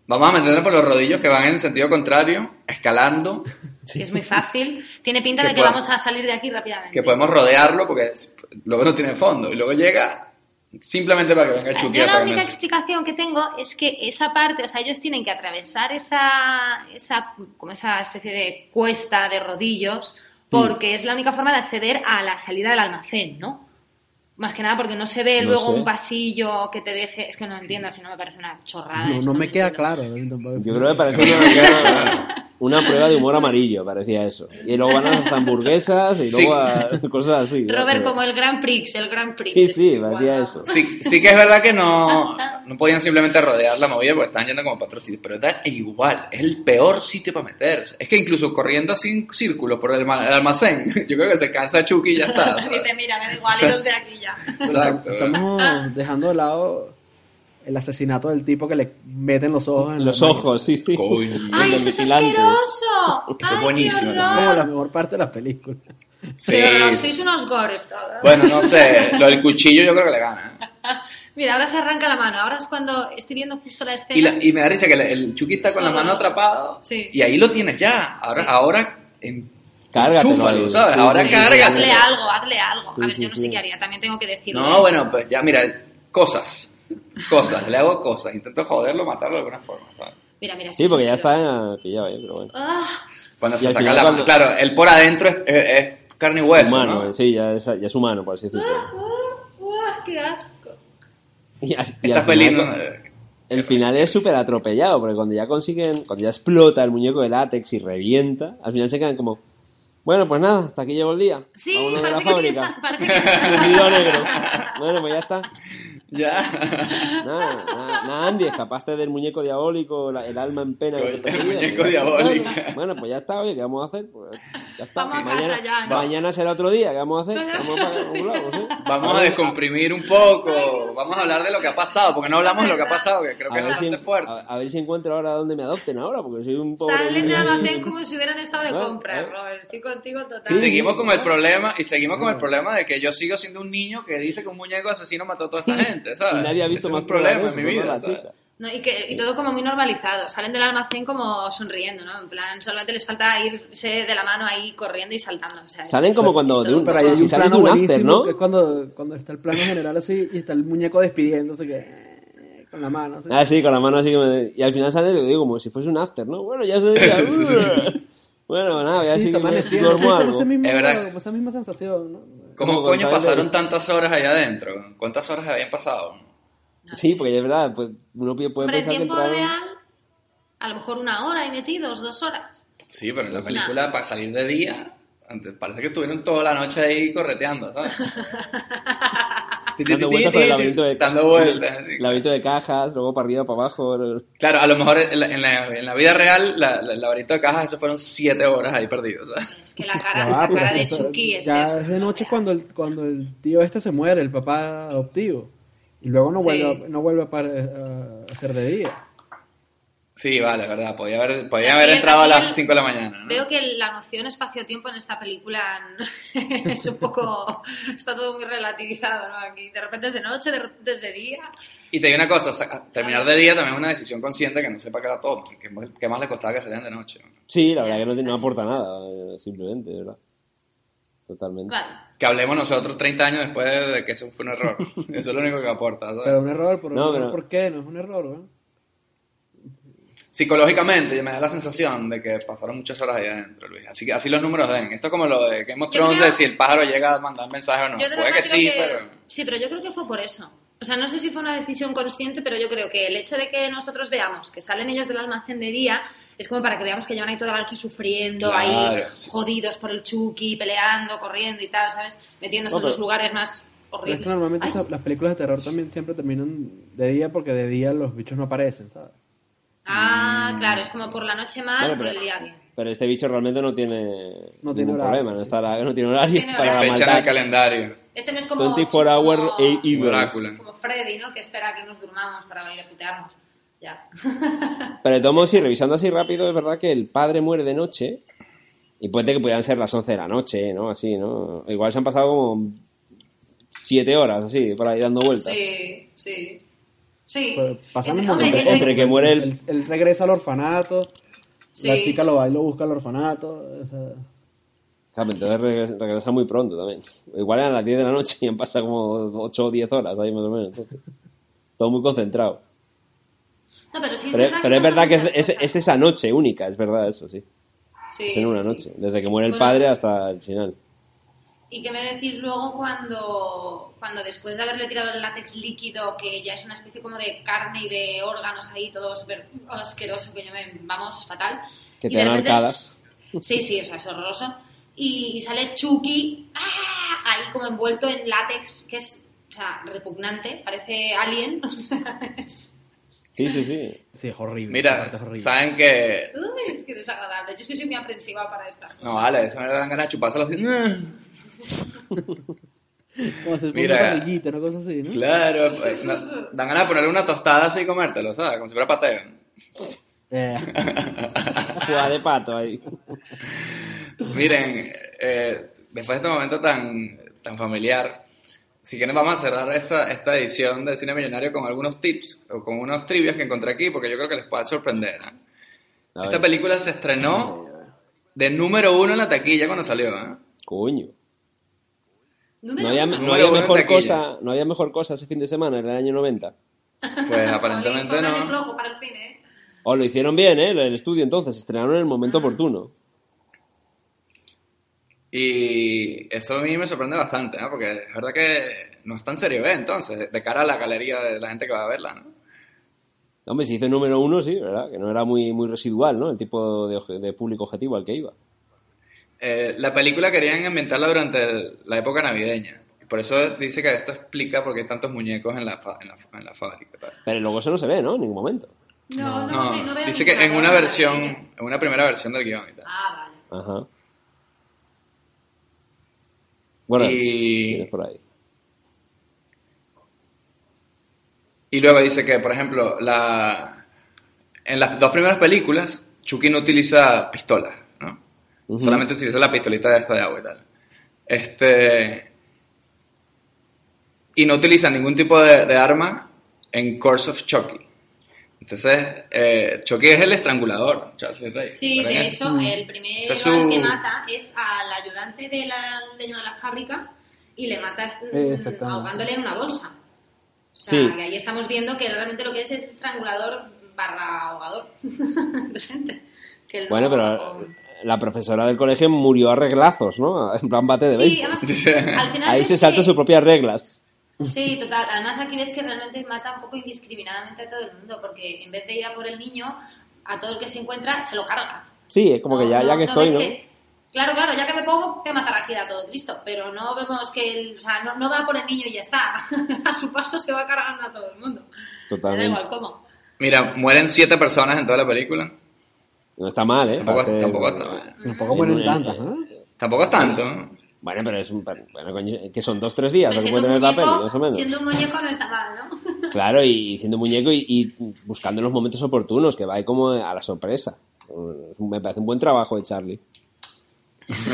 S2: Vamos a meternos por los rodillos que van en sentido contrario, escalando,
S3: Que es muy fácil. Tiene pinta
S2: Que
S3: de que
S2: pueda-
S3: vamos a salir de aquí rápidamente.
S2: que podemos rodearlo porque es- luego no tiene fondo. Y luego llega simplemente para que venga
S3: Yo
S2: chutia.
S3: la única explicación que tengo es que esa parte, o sea, ellos tienen que atravesar esa, esa, como esa especie de cuesta de rodillos, porque es la única forma de acceder a la salida del almacén, ¿no? Más que nada porque no se ve
S4: No
S3: luego
S4: sé.
S3: un pasillo que te deje. Es que no entiendo, si no me parece una chorrada.
S5: No,
S3: esto,
S5: no me queda
S3: entiendo.
S5: claro. ¿eh? Tampoco-
S4: Yo creo que parecía una, una prueba de humor amarillo, parecía eso. Y luego van a las hamburguesas y luego a cosas así. ¿no?
S3: Robert,
S4: Pero-
S3: como el Grand Prix, el Grand Prix.
S4: Sí,
S3: es
S4: sí,
S3: igual,
S4: parecía
S3: ¿no?
S4: eso.
S2: Sí, sí que es verdad que no, no podían simplemente rodear la movida porque estaban yendo como para otro sitio, pero da igual, es el peor sitio para meterse. Es que incluso corriendo así en círculos por el ma- el almacén, yo creo que se cansa Chucky y ya está. ¿sabes?
S3: Dice, mira, me da igual, y los de aquí ya.
S2: Exacto.
S5: Estamos dejando de lado el asesinato del tipo que le meten los ojos en la
S4: Los
S5: mano.
S4: ojos, sí, sí.
S2: Coño.
S4: el
S3: ¡Ay, eso es
S4: vigilante.
S3: asqueroso!
S2: Eso es
S3: ¡Ay,
S2: buenísimo,
S3: Qué
S2: ¿no?
S5: Como
S3: horror!
S5: la mejor parte de la película.
S3: Pero
S2: Sí.
S3: sois unos gores todos.
S2: Bueno, no sé, lo del cuchillo yo creo que le gana. ¿eh?
S3: Mira, ahora se arranca la mano. Ahora es cuando estoy viendo justo la
S2: Y,
S3: escena.
S2: la- y me da risa que le- el Chucky está con la mano atrapada
S3: Sí.
S2: y ahí lo tienes ya. Ahora,
S3: Sí.
S2: ahora en,
S4: Cárgatelo
S2: enchúfalo,
S4: ahí.
S2: ¿sabes?
S4: Sí,
S2: ahora
S4: sí, sí.
S2: cárgate.
S3: Hazle algo, hazle algo.
S4: Sí,
S3: a ver,
S4: sí,
S3: yo no
S4: sí.
S3: sé qué haría, también tengo que decirlo.
S2: No, bueno, pues ya, mira, cosas. Cosas, le hago cosas. Intento joderlo, matarlo de alguna forma, ¿sabes?
S3: Mira, mira,
S4: Sí,
S3: esto
S4: porque
S3: es
S4: ya
S3: asqueroso.
S4: está ¿eh? pillado ahí, pero bueno.
S3: Ah,
S2: Cuando
S4: Y
S2: se
S4: al
S2: saca
S4: final
S2: la mano.
S4: cuando-
S2: Claro, el por adentro es, es- es carne y hueso,
S4: humano,
S2: Pues, ¿no?
S4: sí, ya es, ya es humano, por así decirlo.
S3: ah, ah, ¡Qué asco!
S4: Y, al- y al
S2: Esta
S4: final-
S2: peli no- eh,
S4: El final es súper atropellado, porque cuando ya consiguen, cuando ya explota el muñeco de látex y revienta, al final se quedan como, bueno, pues nada, hasta aquí llegó el día.
S3: Sí,
S4: Vámonos de la
S3: parece que, tiene
S4: fábrica.
S3: esta, parece que tiene esta-
S4: Vestido negro. Bueno, pues ya está.
S2: Ya.
S4: Nada, nada, nada, Andy, escapaste del muñeco diabólico, la- el alma en pena. que te
S2: El
S4: perseguía.
S2: muñeco
S4: Bueno,
S2: diabólico.
S4: Bueno, pues ya está, oye, ¿qué vamos a hacer? Pues ya está.
S3: Vamos a casa
S4: mañana,
S3: ya,
S2: ¿no?
S4: mañana será otro día, ¿qué vamos a hacer?
S3: Mañana
S4: Vamos
S3: será
S4: para
S3: otro
S4: un lado, ¿sí?
S2: Vamos a descomprimir un poco. Vamos a hablar de lo que ha pasado, porque no hablamos de lo que ha pasado, que creo que
S4: A
S2: es
S4: ver, si,
S2: bastante fuerte.
S4: a- a ver si encuentro ahora dónde me adopten ahora, porque soy un pobre...
S3: Salen del
S4: niño.
S3: almacén como si hubieran estado de
S4: Bueno,
S3: compras,
S4: eh.
S3: Robert. Estoy contigo total.
S2: Y seguimos con el problema, y seguimos
S4: Ah.
S2: con el problema de que yo sigo siendo un niño que dice que un muñeco asesino mató a toda esta gente, ¿sabes?
S4: Y nadie ha
S2: Ese
S4: visto
S2: es
S4: más
S2: un
S4: pruebas de
S2: problema en
S4: eso,
S2: mi
S4: solo
S2: vida,
S4: la
S2: ¿sabes?
S4: chica.
S3: No, y, que, y todo como muy normalizado. Salen del almacén como sonriendo, ¿no? En plan, solamente les falta irse de la mano ahí corriendo y saltando. O sea, es-
S4: Salen como cuando de un,
S5: Pero ahí hay
S4: si
S5: un
S4: sales
S5: plano
S4: de un
S5: buenísimo,
S4: after, ¿no?
S5: que es cuando, cuando está el plano general así y está el muñeco despidiéndose que, eh, con la mano. así.
S4: Ah, sí, con la mano así que me... Y al final sale, lo digo, como si fuese un after, ¿no? Bueno, ya se decía... "Uh". bueno, nada, ya
S5: Sí,
S4: sí,
S5: está
S4: que me
S5: amaneciendo, sí,
S4: duermo
S5: como
S4: algo.
S5: ese mismo-
S2: Es verdad.
S5: como esa misma sensación, ¿no?
S2: ¿Cómo
S4: Como
S2: coño
S4: Gonzalo
S2: pasaron
S4: de-
S2: tantas horas allá adentro? ¿Cuántas horas habían pasado?
S3: no
S4: Sí,
S3: sé.
S4: porque es verdad, pues uno pi- puede
S3: Hombre, en
S4: pensar que
S3: tiempo
S4: entraron...
S3: real, a lo mejor una hora y metidos, dos horas.
S2: Sí, pero en la
S3: Pues
S2: película, para salir de día, antes- parece que estuvieron toda la noche ahí correteando, ¿sabes?
S4: Dando vueltas por el laberinto de cajas.
S2: Dando vueltas. así.
S4: Laberinto de cajas, luego para arriba, para abajo.
S2: Claro, a lo mejor en la, en la- en la vida real, la, la- el laberinto de cajas, eso fueron siete horas ahí perdidos, ¿sabes?
S3: Es que la
S5: Ya
S3: cara,
S5: va,
S3: la
S5: Ah, pero
S3: cara de
S5: eso-
S3: Chucky es
S5: ya
S3: de-
S5: es de noche cuando el, cuando el tío este se muere, el papá adoptivo. Y luego no
S3: Sí.
S5: vuelve, a- no vuelve a, par- a ser de día.
S2: Sí, vale, es verdad. Podía haber, podía
S3: O sea,
S2: haber
S3: Miguel,
S2: entrado a
S3: Miguel,
S2: las cinco de la mañana, ¿no?
S3: Veo que la noción espacio-tiempo en esta película es un poco... Está todo muy relativizado, ¿no? Aquí de repente es de noche, de repente es de día.
S2: Y te digo una cosa, sa- terminar de día también es una decisión consciente que no sepa que la toma. Que, mu- que más le costaba que salieran de noche.
S4: Sí, la verdad que no, te- no aporta nada, eh, simplemente, de verdad. Totalmente.
S3: Vale.
S2: Que hablemos nosotros 30 años después de de que eso fue un error. Eso es lo único que aporta, ¿sabes?
S5: Pero un error, por,
S4: No,
S5: un
S4: pero-
S5: error, ¿por qué? No es un error, ¿no?
S2: psicológicamente me da la sensación de que pasaron muchas horas ahí adentro, Luis. Así que así los números den. Esto es como lo de Game of
S3: Yo
S2: Thrones,
S3: creo-
S2: de si el pájaro llega a mandar mensaje o no.
S3: Yo de
S2: Puede
S3: verdad
S2: que
S3: creo
S2: sí,
S3: que-
S2: pero...
S3: Sí, pero yo creo que fue por eso. O sea, no sé si fue una decisión consciente, pero yo creo que el hecho de que nosotros veamos que salen ellos del almacén de día es como para que veamos que llevan ahí toda la noche sufriendo,
S2: Claro,
S3: ahí
S2: sí.
S3: jodidos por el Chucky, peleando, corriendo y tal, ¿sabes? Metiéndose
S4: No,
S3: en los
S4: pero-
S3: lugares más
S5: Pero es
S3: horribles.
S5: que normalmente
S3: Ay,
S5: esas- las películas de terror también siempre terminan de día porque de día los bichos no aparecen, ¿sabes?
S2: Mm.
S3: Ah, claro, es como por la noche mal,
S4: Bueno,
S3: por
S4: pero-
S3: el día bien.
S4: Pero este bicho realmente no tiene,
S5: No tiene
S4: ningún
S5: horario,
S4: problema, no,
S5: sí.
S4: está la- no tiene horario
S3: Tiene
S4: para la
S3: horario.
S2: Fecha en el
S4: maldad.
S2: calendario.
S3: Este no es como,
S4: 24
S3: como-
S4: hour e- evil.
S2: Drácula.
S3: como Freddy, ¿no? Que espera a que nos durmamos para ir a putearnos. Ya.
S4: Pero de todos modos, sí, revisando así rápido, es verdad que el padre muere de noche y puede que pudieran ser las 11 de la noche, ¿no? Así, ¿no? Igual se han pasado como 7 horas así, por ahí dando vueltas.
S3: Sí, sí. Sí.
S5: Pues pasan un
S3: Entre-
S5: montón
S3: hombre,
S5: de
S3: el-
S5: cosas.
S4: Entre que
S5: porque
S4: muere
S5: él,
S4: el-
S5: él regresa al orfanato,
S3: Sí.
S5: la chica lo va y lo busca al orfanato. o sea,
S4: Claro, entonces regres- regresa muy pronto también. Igual eran las 10 de la noche y han pasado como 8 o 10 horas ahí más o menos. entonces. todo muy concentrado.
S3: No, pero sí es
S4: Pero,
S3: verdad
S4: pero
S3: que
S4: es verdad que es,
S3: pasan muchas
S4: es- es
S3: cosas.
S4: esa noche única, es verdad eso, sí.
S3: Sí,
S4: Es en
S3: sí,
S4: una
S3: sí.
S4: noche, desde que muere el
S3: Bueno.
S4: padre hasta el final.
S3: ¿Y qué me decís luego cuando, cuando después de haberle tirado el látex líquido, que ya es una especie como de carne y de órganos ahí, todo súper asqueroso, que yo me, vamos, fatal.
S4: Que
S3: y
S4: te
S3: de
S4: dan
S3: repente-
S4: arcadas.
S3: Sí, sí, o sea, es horroroso. Y, y sale Chucky, ¡ah! ahí como envuelto en látex, que es, o sea, repugnante, parece alien, o sea, es,
S4: Sí, sí, sí.
S5: sí, es horrible. esa
S2: Mira,
S5: parte es horrible.
S2: saben que...
S3: Uy, es que desagradable. Yo es que soy muy aprensiva para estas cosas.
S2: No, vale, eso me dan ganas de chuparse los dientes.
S5: Como si fuera
S2: Mira.
S5: una parrillita, una cosa así, ¿no?
S2: Claro, pues, no- dan ganas de ponerle una tostada así y comértelo, ¿sabes? Como si fuera pateo.
S5: Eh,
S4: Suda de pato ahí.
S2: Miren, eh, después de este momento tan, tan familiar, si quieren vamos a cerrar esta, esta edición de Cine Millonario con algunos tips o con unos trivias que encontré aquí, porque yo creo que les puede sorprender. ¿eh?
S4: A
S2: Esta
S4: ver,
S2: película se estrenó de número uno en la taquilla cuando salió. ¿eh?
S4: Coño.
S3: Número
S4: No había,
S3: uno.
S4: no
S2: Número
S4: había
S2: uno en
S4: mejor
S2: taquilla.
S4: cosa, no había mejor cosa ese fin de semana, en el año 90.
S2: Pues
S3: Oye,
S2: aparentemente
S3: cóbrale
S2: no.
S3: flojo para el cine, ¿eh?
S4: O lo hicieron bien, ¿eh? El estudio entonces, estrenaron en el momento oportuno.
S2: Y eso a mí me sorprende bastante, ¿no? Porque es verdad que no es tan serio B, entonces, de cara a la galería de la gente que va a verla, ¿no?
S4: Hombre, si hizo número uno, sí, ¿verdad? Que no era muy, muy residual, ¿no? El tipo de, oje- de público objetivo al que iba.
S2: Eh, la película querían ambientarla durante el- la época navideña. Por eso dice que esto explica por qué hay tantos muñecos en la, fa- en la, en la fábrica. tal.
S4: Pero luego eso no se ve, ¿no? En ningún momento.
S3: No, no,
S2: No,
S3: hombre, no veo
S2: dice que
S3: ninguna
S2: en una
S3: otra
S2: versión,
S3: maravilla.
S2: en una primera versión del guión y tal.
S3: Ah, vale.
S4: Ajá. Bueno,
S2: Y-
S4: tienes por ahí.
S2: Y luego dice que, por ejemplo, la, en las dos primeras películas, Chucky no utiliza pistola, ¿no?
S4: Ujú.
S2: Solamente utiliza la pistolita esta de agua y tal. Este... Y no utiliza ningún tipo de, de arma en Course of Chucky. Entonces, eh, Chucky es el estrangulador, Charles Lee Ray.
S3: Sí,
S2: ¿Recuerdan
S3: de
S2: eso?
S3: hecho, el primero
S2: Ese es su-
S3: al que mata es al ayudante de la- del dueño de la fábrica y le mata mm,
S5: Exactamente.
S3: ahogándole en una bolsa. O sea,
S4: Sí.
S3: que ahí estamos viendo que realmente lo que es es estrangulador barra ahogador de gente. Que él no
S4: Bueno,
S3: ahoga
S4: pero
S3: con-
S4: la profesora del colegio murió a reglazos, ¿no? En plan bate de
S3: Sí,
S4: béisbol.
S3: además, al final
S4: Ahí
S3: ves
S4: se salta
S3: que-
S4: sus propias reglas.
S3: Sí, total. Además aquí ves que realmente mata un poco indiscriminadamente a todo el mundo, porque en vez de ir a por el niño, a todo el que se encuentra se lo carga.
S4: Sí, es como
S3: No,
S4: que ya,
S3: no,
S4: ya
S3: no
S4: que estoy,
S3: ves
S4: ¿no?
S3: que- Claro, claro, ya que me pongo, voy a matar aquí a todo Cristo, pero no vemos que, el- o sea, no, no va por el niño y ya está. a su paso se va cargando a todo el mundo.
S4: Totalmente.
S3: Me da igual cómo.
S2: Mira, mueren siete personas en toda la película.
S4: No está mal, ¿eh?
S2: Tampoco,
S4: Para ser-
S2: tampoco está mal.
S5: tampoco mueren tantas, ¿no?
S2: Tampoco es tanto. ¿no?
S4: Bueno, pero es un... Bueno, coño, que son dos, tres días
S3: Pero
S4: lo que
S3: siendo,
S4: puede
S3: un
S4: tener la peli,
S3: muñeco,
S4: más o menos.
S3: siendo un muñeco no está mal, ¿no?
S4: Claro, y siendo muñeco y, y buscando los momentos oportunos, que va ahí como a la sorpresa. Me parece un buen trabajo de Charlie.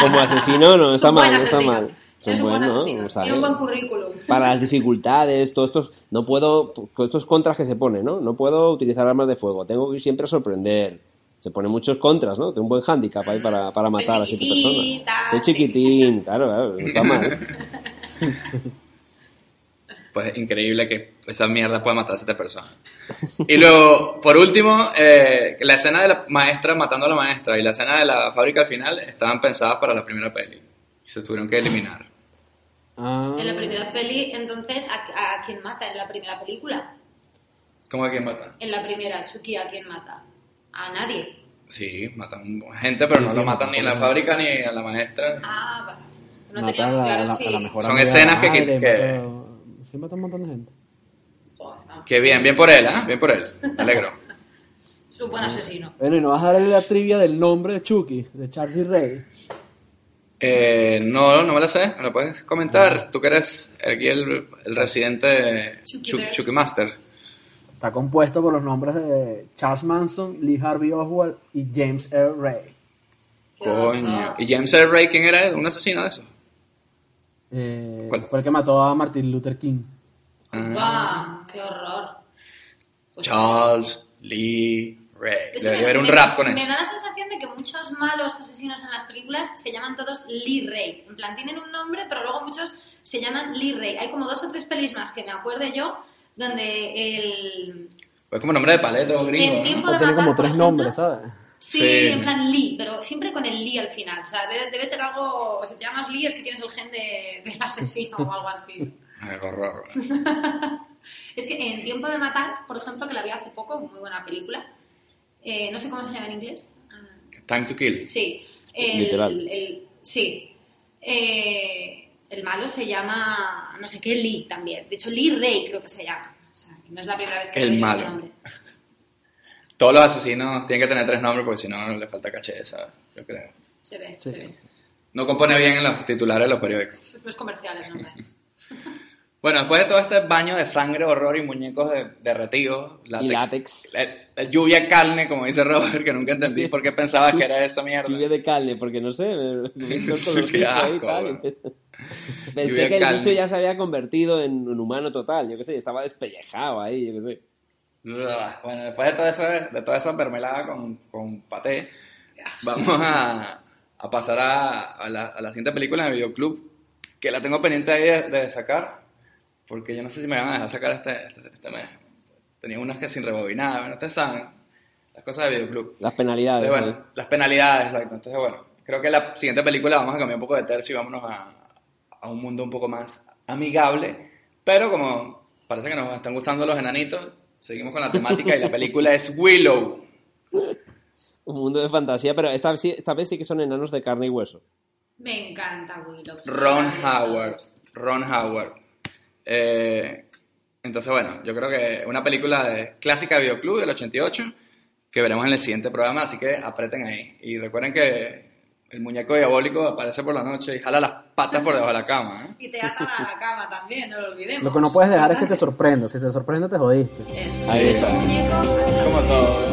S4: como asesino no está
S3: Es un buen
S4: mal, no está
S3: asesino.
S4: mal.
S3: Es un buen
S4: buenos,
S3: asesino.
S4: está
S3: Tiene un
S4: bien.
S3: buen currículum.
S4: para las dificultades, todos estos, no puedo, todos estos contras que se pone, ¿no? No puedo utilizar armas de fuego, tengo que ir siempre a sorprender. Se pone muchos contras, ¿no? Tengo un buen hándicap ahí para, para
S3: Soy
S4: matar a siete
S3: chiquitita,
S4: personas. Soy
S3: sí.
S4: chiquitín, claro, claro, no está mal.
S2: pues increíble que esa mierda pueda matar a siete personas. Y luego, por último, eh, la escena de la maestra matando a la maestra y la escena de la fábrica al final estaban pensadas para la primera peli. Y se tuvieron que eliminar.
S5: Ah,
S3: En la primera peli, entonces, ¿a, a quién mata en la primera película?
S2: ¿Cómo que quién mata?
S3: En la primera, Chucky, ¿a quién mata? A nadie.
S2: Sí, matan gente, pero
S5: Sí,
S2: no
S5: sí,
S2: lo matan ni en la fábrica ni a la maestra.
S3: Ah, vale. No
S5: matar
S3: teníamos
S5: a la,
S3: claro
S5: a la-
S3: si...
S5: a la mejor
S2: Son
S5: amiga de la
S2: escenas que- que-
S5: madre,
S2: que-
S5: mata- Sí, matan un montón de gente.
S3: Joder, no.
S2: Qué bien, bien por él, ¿eh? Bien por él. Me alegro.
S3: Es un
S5: Ah.
S3: buen asesino.
S5: Bueno, y no vas a darle la trivia del nombre de Chucky, de Charlie Ray.
S2: Eh, no, no me la sé. ¿Me la puedes comentar? Tú que eres aquí el, el residente
S3: Chucky
S2: Chu-
S3: Bears.
S2: Chucky Master.
S5: Está compuesto por los nombres de Charles Manson, Lee Harvey Oswald y James L. Ray.
S3: Qué
S2: Coño.
S3: horror.
S2: ¿Y James L. Ray quién era él? ¿Un asesino de eso?
S5: Eh,
S2: ¿Cuál?
S5: fue el que mató a Martin Luther King. Ah.
S3: Guau, ¡Qué horror! Pues-
S2: Charles Lee Ray.
S3: De hecho,
S2: Debería
S3: me-
S2: haber un
S3: me-
S2: rap con
S3: me
S2: eso.
S3: da la sensación de que muchos malos asesinos en las películas se llaman todos Lee Ray. En plan, tienen un nombre, pero luego muchos se llaman Lee Ray. Hay como dos o tres pelis más que me acuerde yo donde el...
S2: Es como nombre de paleta o
S3: en
S2: gringo. ¿no?
S3: tiempo
S5: O
S3: de
S5: tiene
S3: matar,
S5: como
S3: por
S5: tres
S3: ejemplo,
S5: nombres, ¿sabes?
S3: Sí,
S2: Sí.
S3: en plan Lee, pero siempre con el Lee al final. O sea, debe, debe ser algo... Si te llamas Lee es que tienes el gen de- del asesino o algo así.
S2: Ay, qué horror.
S3: Es que en Tiempo de Matar, por ejemplo, que la vi hace poco, muy buena película. eh, no sé cómo se llama en inglés. Ah,
S2: Time to kill.
S3: Sí,
S4: Sí,
S3: el,
S4: literal.
S3: el- sí. Eh, el malo se llama, no sé qué, Lee también. De hecho, Lee Ray creo que se llama. O sea, que no es la primera vez que
S2: El
S3: oigo
S2: malo.
S3: este nombre.
S2: Todos los asesinos tienen que tener tres nombres porque si no le falta caché, ¿sabes? Yo creo.
S3: Se ve, se
S5: Sí.
S3: ve.
S2: No compone bien en los titulares de los periódicos.
S3: Los comerciales, ¿no?
S2: Bueno, después de todo este baño de sangre, horror y muñecos de- derretidos, látex,
S4: látex.
S2: La, la lluvia de carne, como dice Robert, que nunca entendí por qué pensaba que era esa mierda.
S4: Lluvia de carne, porque no sé, me- me hizo con los
S2: Qué
S4: hijos ahí y
S2: asco,
S4: tal.
S2: güey. Lluvia
S4: Pensé
S2: de
S4: que el
S2: carne.
S4: bicho ya se había convertido en un humano total, yo qué sé, estaba despellejado ahí, yo qué sé.
S2: Ugh. Bueno, después de toda esa, de toda esa mermelada con, con paté, vamos a, a pasar a, a la, a la siguiente película de Videoclub, que la tengo pendiente ahí de, de sacar, porque yo no sé si me van a dejar sacar este, este, este mes. Tenía unas que sin rebobinar, bueno, ustedes saben, las cosas de Videoclub.
S4: Las penalidades.
S2: Entonces,
S4: ¿sabes?
S2: bueno, las penalidades, exacto. Entonces, bueno, creo que la siguiente película vamos a cambiar un poco de tercio y vámonos a, a un mundo un poco más amigable. Pero como parece que nos están gustando los enanitos, seguimos con la temática y la película es Willow.
S4: Un mundo de fantasía, pero esta, sí- esta vez sí que son enanos de carne y hueso.
S3: Me encanta Willow.
S2: Ron Howard. Ron Howard. Eh, entonces, bueno, yo creo que una película de, clásica de Videoclub del 88 que veremos en el siguiente programa, así que apreten ahí. Y recuerden que el muñeco diabólico aparece por la noche y jala las patas por debajo de la cama. ¿eh?
S3: Y te atan a la cama también, no lo olvidemos.
S5: Lo que no puedes dejar es que te sorprenda. Si te sorprende, te jodiste.
S3: Eso,
S4: Ahí
S3: es
S4: está.
S3: un muñeco.
S2: Como todo.